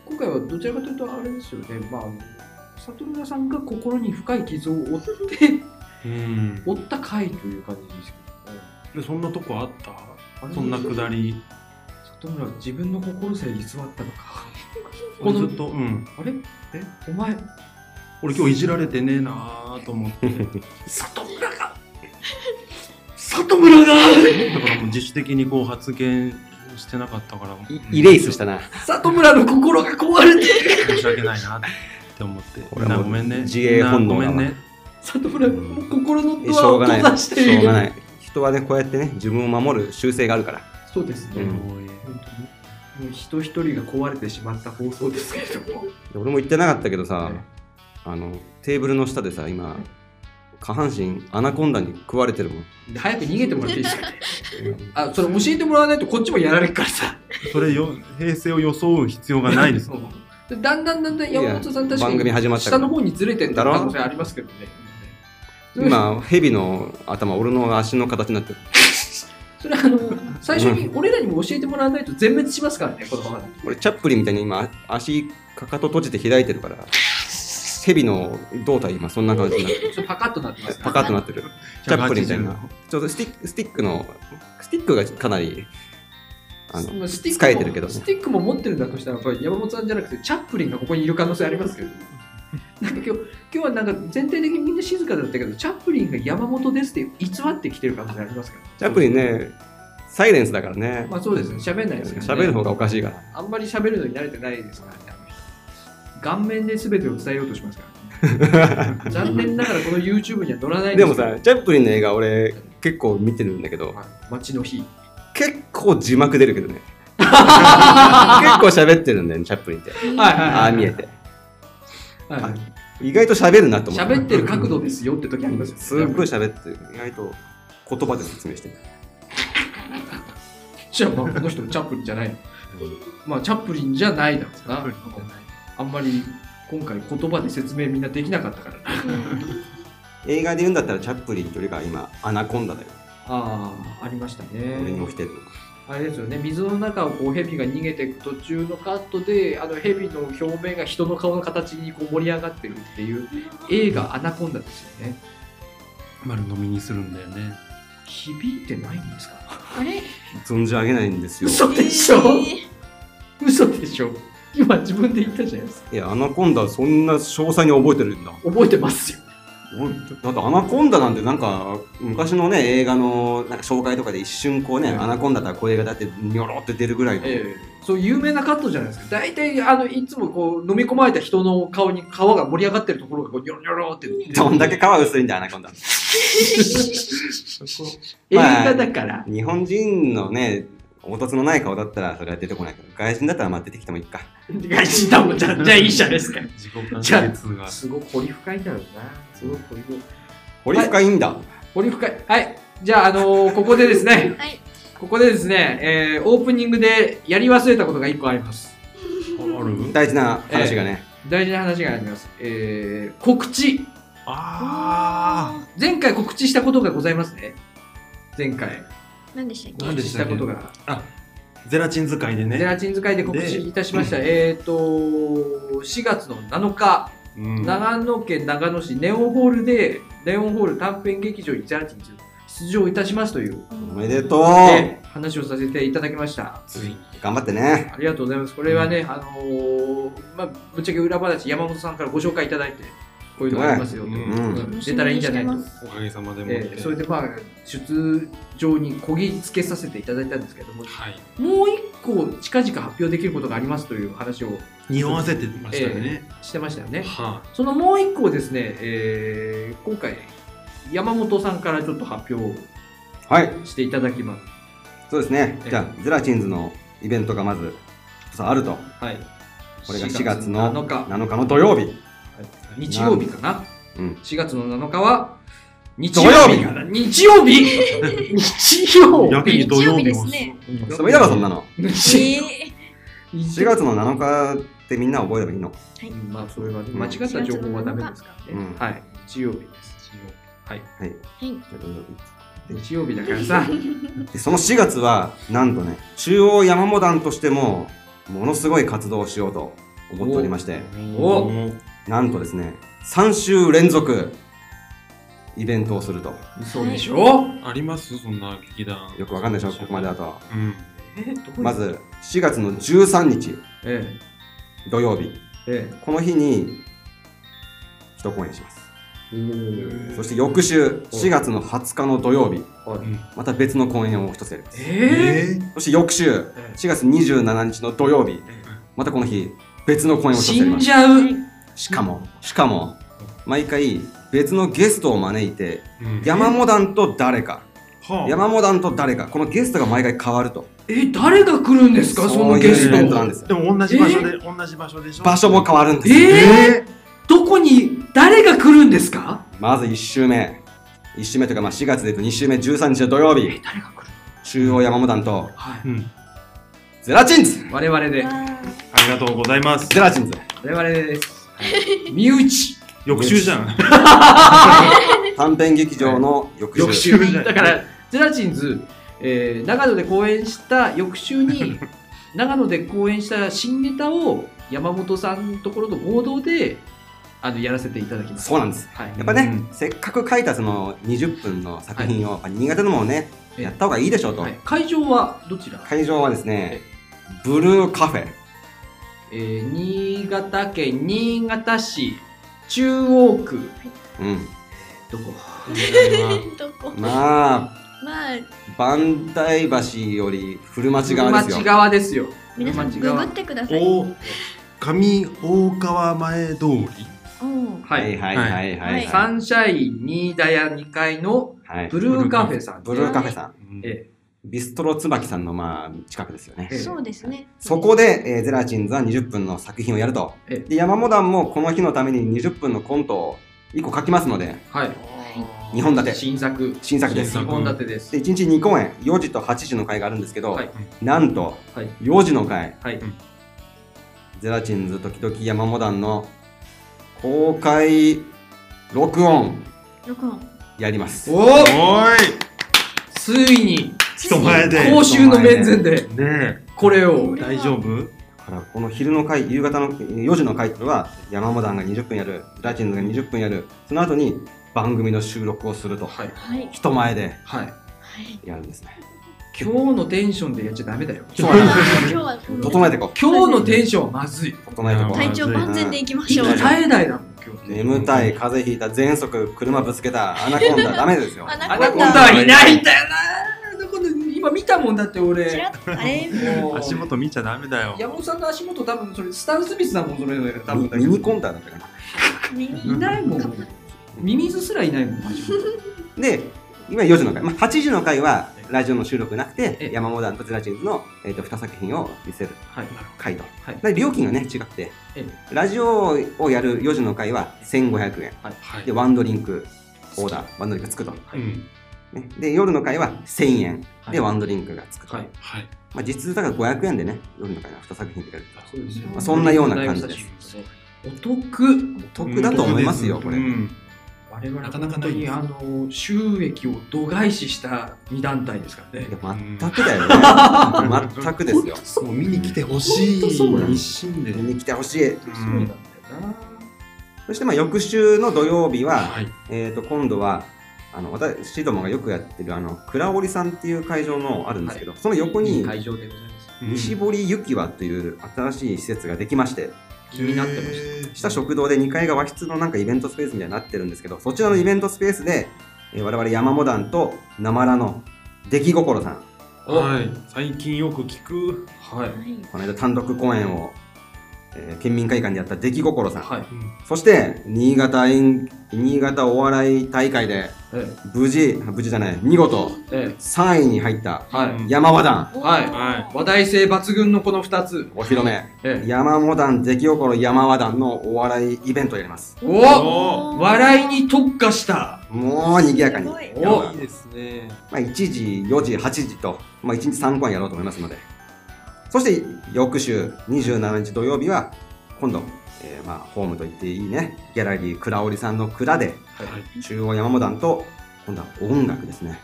S2: 今回はどちらかというと、あれですよね、まあ、里村さんが心に深い傷を負って、
S3: うん。
S2: 負った回という感じですけどね。
S3: でそんなとこあった
S2: あれ
S3: そんなくだり。
S2: 里村は自分の心さえ偽ったのかこ
S3: 俺ず
S2: の
S3: っと、うん。
S2: あれえお前
S3: 俺今日いじられてねえなぁと思って。
S2: 里村が里村が
S3: だからもう自主的にこう発言してなかったから。
S4: イレイスしたな。
S2: 里村の心が壊れて
S3: 申し訳ないなって思って。
S4: こ
S3: み
S4: れ
S3: んな
S4: はもう
S3: ごめんね。
S4: 自衛本能
S3: みんな
S4: だな
S3: ごめんね。
S2: 里村の心の
S4: え
S2: ド
S4: し
S2: ア
S4: ょう
S2: を
S4: が
S2: 閉
S4: ない。
S2: ざし
S4: して
S2: い
S4: ょうが
S2: る
S4: ない。人はね、こうやってね、自分を守る習性があるから。
S2: そうですね、
S4: う
S2: 本
S4: ん
S3: おい
S2: 当にもう人一人が壊れてしまった放送ですけれども
S4: 俺も言ってなかったけどさ
S2: ね、
S4: あの、テーブルの下でさ、今、下半身アナコンダに食われてるもん。
S2: で早く逃げてもらっていいですかね あそれ教えてもらわないとこっちもやられるからさ
S3: それよ、平成を装う必要がないです。
S2: でだんだんだんだん山本さん確か
S4: 番組始ま
S2: に
S4: った
S2: 下
S4: から
S2: の方にずれてる
S4: だろ
S2: 可能性ありますけどね。
S4: 今、蛇の頭、俺の足の形になってる。
S2: それあの最初に俺らにも教えてもらわないと全滅しますからねこのままだと
S4: 俺、チャップリンみたいに今、足、かかと閉じて開いてるから、蛇の胴体、今、そんな感じになって る。
S2: ちょっとパカッとなってます
S4: パカッとなってる。 チャップリンみたいな。ちょっとスティック、スティックの、スティックがかなり、あの、
S2: まあスティックも
S4: 使えてるけどね
S2: スティックも持ってるんだとしたらやっぱり山本さんじゃなくてチャップリンがここにいる可能性ありますけ どなんか今日今日はなんか全体的にみんな静かだったけどチャップリンが山本ですって偽ってきてる可能性ありますから
S4: チャップリンね、サイレンスだからね。
S2: まあそうですね喋んないですから、ね、
S4: 喋る方がおかしいから。
S2: あんまり喋るのに慣れてないですからねあの人顔面で全てを伝えようとしますから、 ね、残念ながらこの YouTube には乗らないん
S4: ですも
S2: よ
S4: さ、チャップリンの映画俺結構見てるんだけど、
S2: はい街の日
S4: 結構字幕出る けどね。結構喋ってるんだよね、チャップリンって。ああ見えて。
S2: はい
S4: あ意外と喋るなと思って。
S2: 喋ってる角度ですよって時ありますよ、
S4: すっごい喋ってる。意外と言葉で説明してる。
S2: じゃあ、まあ、この人チャップリンじゃないの。まあ、チャップリンじゃないだろうな。あんまり今回言葉で説明みんなできなかったからな。
S4: 映画で言うんだったらチャップリンというよりかは今、アナコンダだよ。
S2: ああ、ありました
S4: 俺に
S2: ね。
S4: 起きてるのが。
S2: あれですよね、水の中をこう蛇が逃げていく途中のカットで、あの蛇の表面が人の顔の形にこう盛り上がってるっていう映画、アナコンダですよね。
S3: 丸飲みにするんだよね。
S2: 響いてないんですか
S1: あれ
S4: 存じ上げないんですよ。
S2: 嘘でしょ嘘でしょ今自分で言ったじゃないですか。
S4: いや、アナコンダそんな詳細に覚えてるんだ。
S2: 覚えてますよ。
S4: 俺だってアナコンダなんてなんか昔のね映画のなんか紹介とかで一瞬こうね、
S2: ええ
S4: アナコンダだこういう映画だってニョロって出るぐらいの、
S2: ええ、そう有名なカットじゃないですか大体あのいつもこう飲み込まれた人の顔に皮が盛り上がってるところがこうニョロニョロって
S4: どんだけ皮薄いんだよアナコンダ
S2: 映画だから、
S4: 日本人のね凹凸のない顔だったらそれは出てこないけど外人だったらまあ出てきてもいいか
S2: 外人だもんじゃじゃあいいじゃないですか
S3: 自己完結が。
S2: すごく掘り深いんだろうなすごく掘り深い
S4: 掘り深いんだ、
S2: 掘り深いはいじゃあ、あのーここでですね
S1: はい
S2: ここでですね、えーオープニングでやり忘れたことが1個あります
S3: ある
S4: 大事な話がね、
S2: 大事な話があります、えー告知
S3: あ
S2: 前回告知したことがございますね前回
S1: 何でしたっけ
S3: 何
S2: 告
S3: で
S2: 知
S3: し
S2: したた
S3: っけ
S2: ことが
S3: あゼラチン使いで
S2: ゼ
S3: ね。
S2: ラチン使いで告知いたしました。えっ、と、4月の7日、
S3: うん
S2: 長野県長野市ネオンホールで、ネオンホール短編劇場にゼラチン出場いたしますという、
S4: おめでとう、
S2: えー話をさせていただきました。
S3: ついに。
S4: 頑張ってね
S2: ありがとうございます。これはね、あのーまあ、ぶっちゃけ裏話、山本さんからご紹介いただいて、こういうのがありますよと、
S3: うん
S2: うん出たらいいんじゃないと
S1: 楽しみにしてます。
S3: おかげさまでもって。
S2: えーそれでまあ、出場にこぎつけさせていただいたんですけども、
S3: はい。
S2: もう一個近々発表できることがありますという話を
S3: 匂わせてましたね。
S2: してましたよね。
S3: は
S2: そのもう一個をですね、えー今回、山本さんからちょっと発表
S4: はい
S2: していただきます。
S4: そうですね
S2: ええ
S4: じゃあゼラチンズのイベントがまずそうあると
S2: はい。
S4: これが4月の
S2: 7日、
S4: 7日の土曜日
S2: 日曜日かな。
S4: うん
S2: 4月の7日は、日
S4: 土曜
S2: 曜
S4: 日
S2: 日かな日曜日日
S3: い。
S2: 曜
S3: やけ
S2: 日
S3: に土曜日も
S1: 日曜日ですね
S4: それだろそんなの
S2: 日
S1: え
S4: 4月の7日ってみんな覚えればいいの
S2: うんまあ、それはね、間違った情報はダメですからね。
S4: うん
S2: はい。日曜日です。はい。日曜日だからさ、
S4: でその4月はなんとね中央山モ団としてもものすごい活動をしようと思っておりまして
S2: お
S4: なんとですね3週連続イベントをすると
S2: 嘘でしょ
S3: ありますそんな劇団。
S4: よくわかんないでしょここまでだ。と
S3: うん。
S2: えーどこに
S4: ま、ず4月の13日
S2: え
S4: 土曜日
S2: ええ
S4: この日に一公演します
S2: えー
S4: そして翌週4月の20日の土曜日
S2: はい
S4: また別の公演を一つやります
S2: え
S3: え
S4: そして翌週4
S2: え
S4: 月27日の土曜日またこの日別の公演を一つや
S2: 死
S4: り
S2: ん
S4: ます
S2: じゃう
S4: しかも、しかも、毎回別のゲストを招いて、
S3: うん
S4: 山モダンと誰か、
S3: はあ
S4: 山モダンと誰か、このゲストが毎回変わると。
S2: え誰が来るんですかそ
S4: そう
S2: の
S4: いう
S2: ゲス
S4: イベントな
S2: ト
S4: んですよ。
S3: でも同じ場所で、同じ場所でしょ
S4: 場所も変わるんですよ。
S2: えー、どこに誰が来るんですか
S4: まず1週目。1週目というか、まあ、4月で言うと2週目13日の土曜
S2: え
S4: 日、
S2: 誰が来る
S4: 中央山モダンと
S2: はい
S3: うん。
S4: ゼラチンズ
S2: 我々で
S3: ありがとうございます。
S4: ゼラチンズ
S2: 我々です、身内
S3: 翌週じゃん。
S4: 短編劇場の翌
S2: 翌
S4: 週。
S2: 週だからゼラチンズ、えー長野で公演した翌週 に長野で公演した新ネタを山本さんのところと合同であのやらせていただきます
S4: そうなんです。
S2: はい
S4: やっぱね、
S5: う
S4: せっかく書いたその20分の作品を、やっぱ新潟のもね、
S2: ええ
S4: やった方がいいでしょうと。
S2: はい会場はどちら、
S4: 会場はですね、ブルーカフェ。
S2: えー新潟県新潟市中央区
S4: うん。
S2: どこ
S1: どこ
S4: まあ、
S1: まあ
S4: 万代橋より古町側です
S2: 町
S4: よ。
S2: 側ですよ
S1: 皆さん
S2: 町
S1: ググ
S2: 側
S1: ってください。
S3: お上大川前通り
S1: おー
S2: は、
S4: はいいはいはいは
S1: はいい
S2: サ
S4: は
S2: ンシャイン新田屋2階の
S4: い。はい
S2: ブルーカフェさん
S4: ブルーカフェさん。
S2: え
S4: ビストロ椿さんのまあ近くですよね
S2: え。え
S1: そうですね。
S4: そこで、えーゼラチンズは20分の作品をやると。
S2: ええ
S4: で、山モダンもこの日のために20分のコントを1個書きますので、
S2: はい
S4: 2本立て。
S2: 新作
S4: 新作です。
S2: 2本立てです
S4: で、1日2公演、4時と8時の回があるんですけど、
S2: はい
S4: なんと、
S2: はい
S4: 4時の回、
S2: はい
S4: ゼラチンズ時々山モダンの公開録音
S1: 録音。
S4: やります。
S2: おお
S3: おい
S2: ついに
S3: 人前で
S2: 公衆の面前で
S3: ね
S2: これを
S3: え大丈夫
S4: だからこの昼の回、夕方のえー4時の回というのは、山モダンが20分やる、ゼラチンズが20分やる、その後に番組の収録をすると、
S2: はい
S1: はい。
S4: 人前で
S2: はい
S1: はい。
S4: やるんですね。
S2: 今日のテンションでやっちゃダメだよ
S4: そう
S1: 今
S4: なんです
S1: 日は
S4: 整えていこ。
S2: 今日のテンションはまずいう
S4: 整えていこ
S1: 体調万全でいきましょう。
S2: 耐えないだもん今
S4: う。
S2: 日
S4: 眠たい、風邪ひいた、喘息、車ぶつ けた、アナコンダ、ダメですよ。
S1: アナ
S2: ア
S1: コ
S2: ナ
S1: ン
S2: コンダ
S1: ダ。
S2: はいないんだよなアナコンダ今見たもんだって
S1: ちら
S2: 俺
S1: っとあれ
S2: もう
S3: 足元見ちゃダメだよ
S2: 山本さんの足元多分それスタン・スミスだもんそれ多分
S4: ミ
S2: だけ
S4: ミ
S2: ど
S4: ニコンダだったかな。
S1: 耳
S2: いないもんミミズすらいないもん足元
S4: で、今4時の回、まあ、8時の回はラジオの収録なく
S2: え
S4: て
S2: え、
S4: 山モダンとゼラチンズの、えー、と2作品を見せる
S2: はい
S4: 回と。
S2: はい
S4: で料金がね、違くて
S2: え、
S4: ラジオをやる4時の回は1500円。
S3: はい
S4: で、ワンドリンクオーダー、ワンドリンクがつくと。
S3: うん
S4: ね、で、夜の回は1000円
S2: はい
S4: でワンドリンクがつくと。
S2: はい
S3: はい
S4: まあ、実質だから500円でね、夜の回は2作品でやると。
S2: そうですよ
S1: まあ
S4: そんなような感じで
S2: お得
S4: お得だと思いますよ、
S3: うん
S4: これ。
S3: うん
S2: 我々
S3: な
S2: な
S3: か
S2: か
S3: な
S2: な
S3: か
S2: か
S3: ない
S2: にあの収益を度外視した2団体ですからね
S4: い。や全くだよね。全くですよ。
S3: もう見に来てほしい
S2: 本当そうなの
S3: 一心で
S4: 見に来てほしい。
S2: そうなんだよな。
S4: そしてまあ翌週の土曜日は、
S3: はい
S4: えー、と今度はあの私どもがよくやってるあの倉織さんっていう会場のあるんですけど、その横
S2: い
S4: に
S2: い会場でございます。
S3: うん
S4: 西堀ゆきわという新しい施設ができまして
S2: 気になってまし
S4: 下食堂で2階が和室のなんかイベントスペースみたいになってるんですけどそちらのイベントスペースで、えー我々山モダンと生らの出来心さん
S2: た。
S3: はい最近よく聞く
S2: はい
S4: この間単独公演を、えー県民会館でやった出来心さん、
S2: はい。
S4: そして新潟演新潟お笑い大会で
S2: え
S4: 無事無事じゃない見事
S2: ええ
S4: 3位に入った
S2: えは
S3: う
S2: い。
S3: ん
S4: 山和団
S2: はい
S3: は
S2: 話題性抜群のこの2つ。
S4: お披露目
S2: ええ
S4: 山和団出来心山和団のお笑いイベントをやります
S2: お笑いに特化した。
S4: もう賑やかに
S1: すごい
S4: 山和
S2: お
S4: 団
S3: いですね
S4: まあ、1時4時8時と、まあ、1日3公演やろうと思いますのでそして翌週27日土曜日は今度、えーまあ、ホームと言っていいねギャラリー倉織さんの蔵で
S2: はい。
S4: 中央山和団と今度は音楽ですね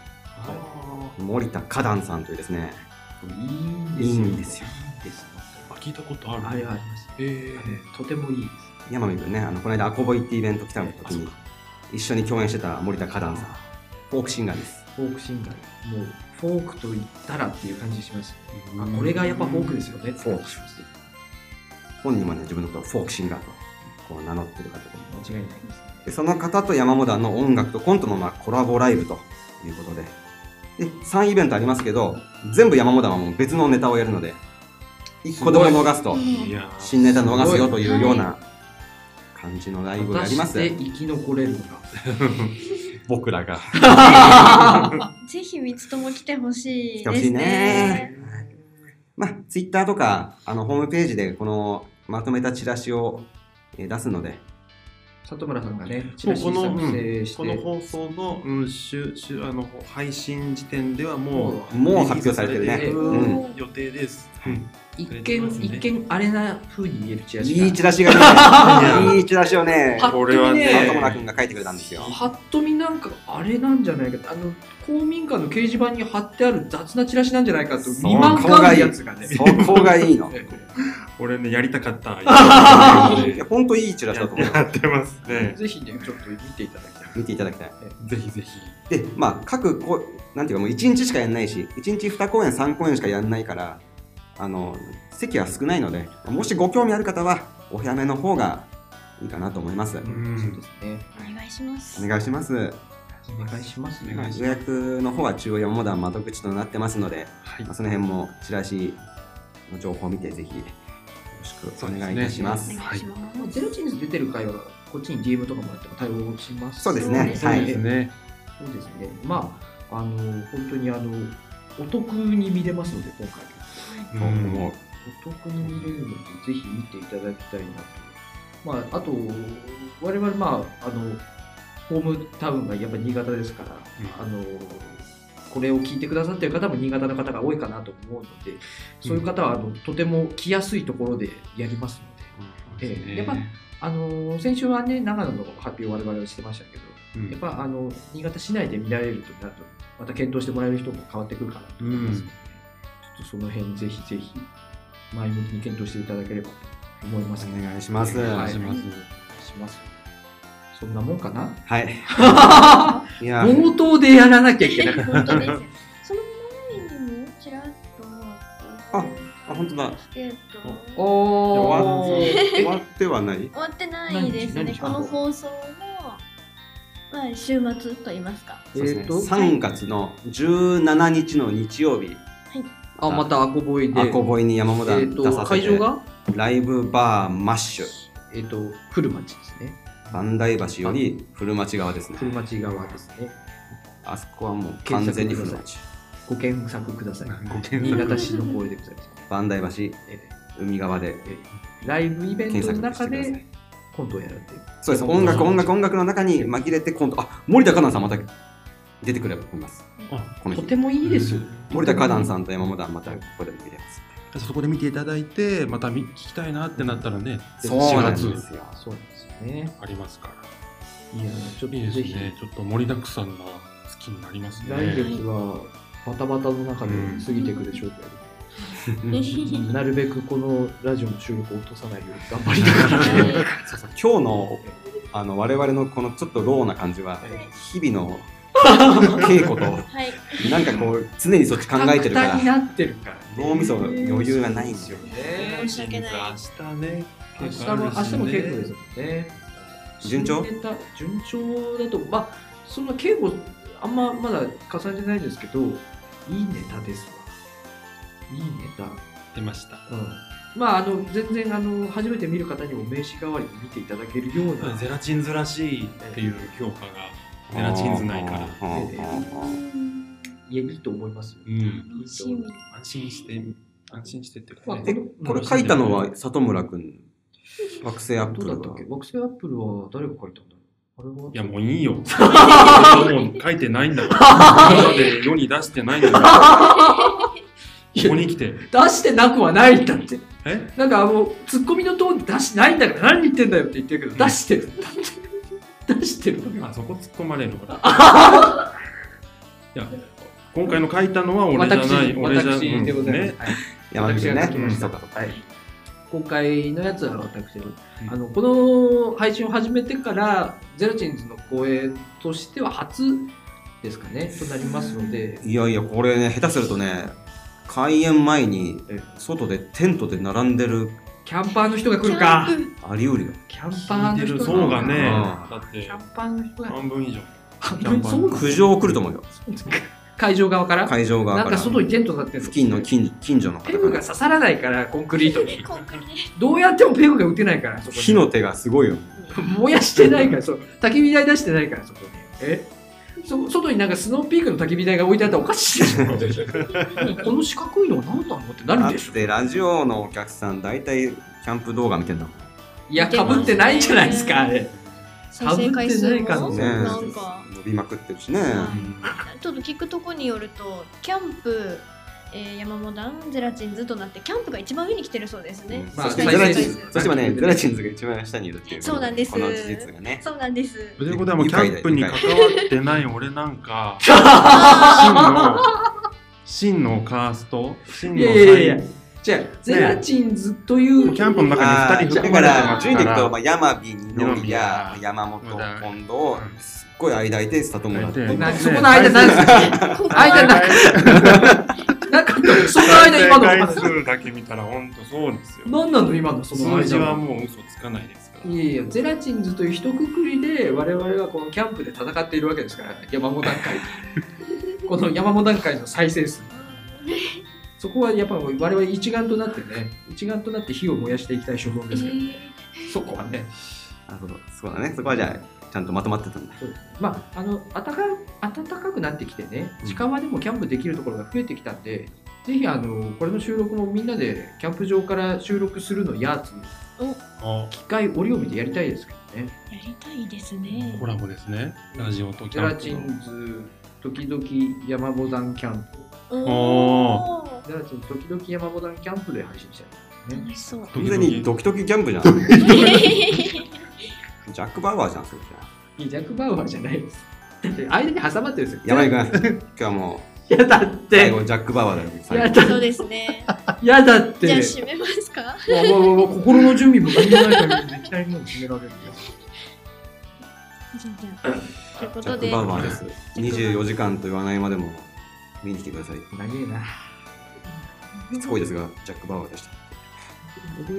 S4: 森田花壇さんというですね
S2: い
S4: いいんですよ
S3: あ聞いたことある
S2: はい、あります。
S3: え
S2: とてもいいで
S4: 山見君ねあのこの間アコボイってイベント来た時に一緒に共演してた森田花壇さんフォークシンガーです
S2: す。フォークシンガー。もう、フォークと言ったらっていう感じします。あこれがやっぱフォークですよね。
S4: フォーク
S2: します。
S4: 本人もね自分のことをフォークシンガーとこう名乗ってる方で
S2: 間違いないですね。
S4: でその方と山本の音楽とコントのまあコラボライブということでで3イベントありますけど全部山本はもう別のネタをやるので1個でも逃すと
S3: いや
S4: 新ネタ逃すよというよう
S1: は
S4: な感じのライブを
S2: 果
S4: や
S2: た
S4: りま
S2: し
S4: す
S2: て生き残れるのか。
S4: 僕らが
S1: ぜひ三つとも来てほしい
S4: 来てほ
S1: で
S4: し
S1: す
S4: いね
S1: ね。。
S4: まあ、ツイッターとか、あの、ホームページで、この、まとめたチラシをえー出すので、
S2: 里村さんがね、チ
S3: も
S2: ラ
S3: う
S2: シ
S3: この、
S2: 作
S3: う
S2: 成
S3: ん
S2: して、
S3: この放送の、うん、週週あの配信時点ではもう
S4: もう発表されてるね
S3: リリースされている
S4: うん
S3: 予定です。
S2: 一
S3: 触れてま
S2: 見、
S3: すね
S2: 一見あれな風に見えるチラシが
S4: いいチラシが ね、いいチラシをね、
S2: パッ
S4: 里
S2: と
S3: これは
S2: 見
S3: ね
S2: ね
S4: 村君が書いてくれたんですよ。
S2: はっと見なんかあれなんじゃないかあの公民館の掲示板に貼ってある雑なチラシなんじゃないかと
S3: そう
S2: 2万
S4: ここが
S2: 巻
S4: いい
S2: のやつがね
S4: そこがいいの。
S2: ね
S3: 俺ね、やりた かった。
S4: いや、ほんといいチラシだと思う。
S3: やってますね。
S2: ぜひねちょっと見ていただきたい
S4: 見ていただきたい。
S3: ぜひぜひ。
S4: で、まあ、各こ、なんていうか、もう1日しかやんないし、1日2公演、3公演しかやんないから、あの、席は少ないので、もしご興味ある方は、お部屋目の方がいいかなと思います。
S3: ん。
S2: ね
S1: お願いします
S4: お願いします。
S2: お願いしますね
S4: 予約の方は中央四モダン窓口となってますので、まあその辺もチラシの情報を見て、ぜひよろしくお願いいたします。
S1: お願いしま
S2: もうゼロチンズ出てる回はこっちに DM とかもらっても対応します
S4: そうですね
S2: そう
S4: はい
S2: ですね
S3: ね。
S2: そうですねまああの本当にあのお得に見れますので今回
S4: と思う
S2: お得に見れるので、ぜひ見ていただきたいなと。まあ、あと、我々、まあ、あの、ホームタウンがやっぱ新潟ですから、あの、これを聞いてくださっている方も新潟の方が多いかなと思うので、そういう方は、あの、とても来やすいところでやりますので、ええやっぱ、あの、先週はね、長野の発表を我々はしてましたけど、
S3: うん
S2: やっぱ、あの、新潟市内で見られるとなると、また検討してもらえる人も変わってくるかなと思いますので、ちょっとその辺ぜひぜひ前向きに検討していただければと思いますね。
S4: お願いします。
S3: お願
S4: はい
S3: します。
S2: します。そんなもんか な。
S4: い。いや、
S2: 冒頭でやらなきゃいけない。
S1: 本当ですよその前にもちらっと
S4: ああ本当だ
S1: 来てると終
S2: お
S4: 終わ
S2: ー。
S4: 終わってはない。
S1: わってないです
S2: 何
S1: ね
S2: 日何日
S1: この放送の、まあ、週末と言いますか
S2: え
S4: そうです
S2: ー
S4: ね。
S2: と、
S4: 3月の17日の日曜日、
S2: あ、またアコボイで。
S4: アコボイに山本
S2: え
S4: 出
S2: ーと、
S4: さ
S2: 会
S4: せて、
S2: 場が
S4: ライブバーマッシュ、
S2: えっ、ー、と、古町ですね。
S4: 磐梯橋より古町側ですね。
S2: 古町側ですね。
S4: あそこはもう完全に古町。
S2: ご検索ください。
S3: ご検
S2: 新潟市の声でございます。
S4: 磐梯
S2: え
S4: 橋、海側で
S2: ーライブイベン
S4: 検
S2: トの
S4: 索
S2: 中
S4: してください
S2: で。コントをやるっていう。
S4: そうです。音楽、音楽、音楽の中に紛れて今度、あ、森田花壇さんまた出てくれば思います。
S3: あ
S4: この
S2: と
S4: 日。
S2: てもいいですよ。
S4: 森田花壇さんと山本はまたここで見れます。
S3: そこで見ていただいて、また見聞きたいなってなったらね、
S4: そうなん
S3: 4
S4: で
S3: 月
S4: すよ。
S2: そうなんですよね。
S3: ありますから。
S2: いやー、ちょっと
S3: いいです
S2: ぜひ、
S3: ね。ちょっと盛りだくさんな月になりますね。
S2: 来月はバタバタの中で過ぎていくでしょうけど、 なるべくこのラジオの収録を落とさないように頑張りながら、
S4: そうそう今日のあの我々のこのちょっとローな感じは日々 の稽古と
S1: はい
S4: なんかこう常にそっち考えてるか
S2: クタクタ
S4: ら
S2: にな ってるから、
S4: 脳みその余裕がないんですよ
S1: 申し訳ない
S3: 明日ね。
S2: 明日も明日も稽古ですもんね。
S4: 順調
S2: 新ネタ順調だと、まあ、そんな稽古、あんままだ重ねてないですけど、いいネタですわ。いいネタ。
S3: 出ました。
S2: うん、まああの全然あの初めて見る方にも名刺代わりに見ていただけるような
S3: ゼラチンズらしいっていう評価が、ゼラチンズないから。
S4: うんうんうん
S2: 家にいいと思いますよ。
S3: うん。
S1: 楽しみ
S3: 安心して、安心してっていう
S2: ま
S3: か
S2: あ
S3: ね
S2: こ
S4: え
S2: の
S4: これ書いたのは里村くん惑星アッ
S2: ど
S4: プ
S2: うだ
S4: ル
S2: った
S4: と
S2: っけ惑星アップルは誰が書いたんだろうあ
S3: い
S2: れ
S3: や
S2: は
S3: もういいよ。 もう書いてないんだ から。今まで世に出してないん だから。ここに来て。
S2: 出してなくはないんだって。
S3: え
S2: なんかもうツッコミのトーンで出してないんだから何言ってんだよって言ってるけど出してる。 出してる。
S3: あそこ突っ込まれるのか な。いや、今回の書いたのは俺じゃない。
S2: 私
S3: 俺じゃ
S2: 私でございます。
S3: ね
S2: はい
S4: 山
S2: 私
S4: 口
S2: が
S4: ね
S2: 書きました
S4: うんそうかそうか
S2: はい今回のやつは私の,、あのこの配信を始めてからゼラチンズの公演としては初ですかねとなりますので
S4: いやいやこれね下手するとね開演前に
S2: え
S4: 外でテントで並んでる
S2: キャンパーの人が来るか
S1: キャンプ
S4: ありうるよ
S2: キャンパー
S3: 聞い
S2: の
S3: て
S2: 人
S3: る層がね、
S4: う
S3: だ
S4: ん
S3: っ
S2: キ
S3: て
S2: ャンパーの人が
S3: 半分以上。
S2: 半分そう
S4: 苦情来ると思うよ
S2: 会場側から
S4: 会場側
S2: なん
S4: か
S2: から外にテント立ってる
S4: 付近の近近所の方
S2: ペ
S4: か
S2: グ
S4: ら
S2: が刺さらないからコンクリートに
S1: コンクリー
S2: どうやってもペグが打てないからそこに
S4: 火の手がすごいよ。
S2: 燃やしてないから、そう焚き火台出してないから、そこに。えそ外になんかスノーピークの焚き火台が置いてあったらおかしいでしょこの四角いのは何なのってな
S4: だ
S2: る
S4: っ
S2: でしょ
S4: てラジオのお客さん大体キャンプ動画見てんだもん。
S2: いや、かぶってないんじゃないですか、あれ。
S1: 再生回数も
S2: 被ってないかも
S4: ね
S1: なんか
S4: 伸びまくってるしね。
S1: はいちょっと聞くとこによるとキャンプえー、山モダンゼラチンズとなってキャンプが一番上に来てるそうですね、
S2: ま
S4: まあ、
S2: あ
S4: そしてゼラチ
S2: 最
S4: ン
S2: 先
S4: ズ
S2: 端、
S4: そして今ね、ゼラチンズが一番下にいるっていう、
S1: そうなんです
S4: この事実がね。
S1: そうなんです
S3: ということはもうキャンプに関わってない俺なん か真の真のカースト真の
S2: い
S3: サ
S2: やいやい
S3: イ
S2: や
S3: ン
S2: じゃあゼラチンズという
S3: キャンプの中に2人含
S4: だか
S3: まれて
S4: ら、
S3: ま
S4: 順位ですいくと、
S3: か
S4: まあ、山火、二宮
S3: 宮、
S4: 山本、
S3: 小田
S4: 近藤、すっごい間空いて、里村と。
S3: 間空いて
S2: な
S3: ね
S2: そこの間何ですか
S1: ここは
S2: 間ないなんかその間今の
S3: ら回数だけ見たら本当そうですよ
S2: 何なの今のその間
S3: 数字はもう嘘つかないですから
S2: いやいやゼラチンズという一括りで我々はこのキャンプで戦っているわけですから山本段階 この山本段階の再生数そこはやっぱり我々一丸となってね一丸となって火を燃やしていきたい所存
S1: え
S2: ですけど、
S1: ー
S2: そこはね
S4: あそうそうだね、そこはじゃあ、ちゃんとまとまってたんだ。
S2: そうですまああの暖か暖かくなってきてね近場でもキャンプできるところが増えてきたんで、ぜひあのこれの収録もみんなでキャンプ場から収録するのやつ一回折を見てやりたいですけどね
S1: やりたいですね
S3: コラボですねラジオとキ
S2: ゼ
S3: ャ
S2: ラ
S3: ンプ
S2: チ
S3: の
S2: ンズ時々山ボダンキャンプ
S1: おー
S2: ゼラチンズ時々山ボダンキャンプで配信したい
S1: 楽し そう
S3: ド
S4: 完
S3: キド
S4: 全
S3: キ
S4: にドキドキキャンプじゃ ん。ジャック・バウアーじゃん、それじゃあ。
S2: いやジャック・バウアーじゃないですだって間に挟まってるんですよ
S4: 山井君、今日はもう、
S2: いやだって
S4: 最後、ジャック・バウアーだよ、最後
S2: やだ
S1: そうですね
S2: いやだって
S1: じゃあ締めますか
S2: わわわわ心の準備も何もない限りできないものを決められるよ
S1: じゃあじゃあというこ
S4: ジ
S1: と
S4: ャック・
S1: で
S4: バウアーです。24時間と言わないまでも、見に来てください。
S2: 長えな
S4: しつこいですが、ジャック・バウアーでした。
S1: と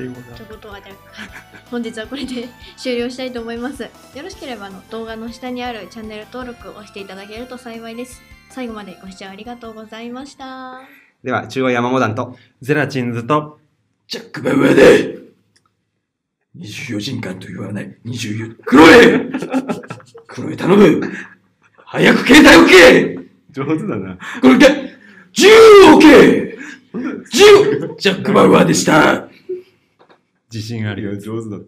S1: いうことはじゃあ本日はこれで終了したいと思います。よろしければあの動画の下にあるチャンネル登録を押していただけると幸いです。最後までご視聴ありがとうございました。
S4: では、中央山モダンと、
S3: ゼラチンズと
S2: ジャック・バウアーで24時間と言わない24黒い黒い頼む早く携帯を消け
S4: 上手だな。
S2: これか銃を消け銃ジャック・バウアーでした
S3: 自信あ
S4: い
S3: るよ
S4: や、上手だった。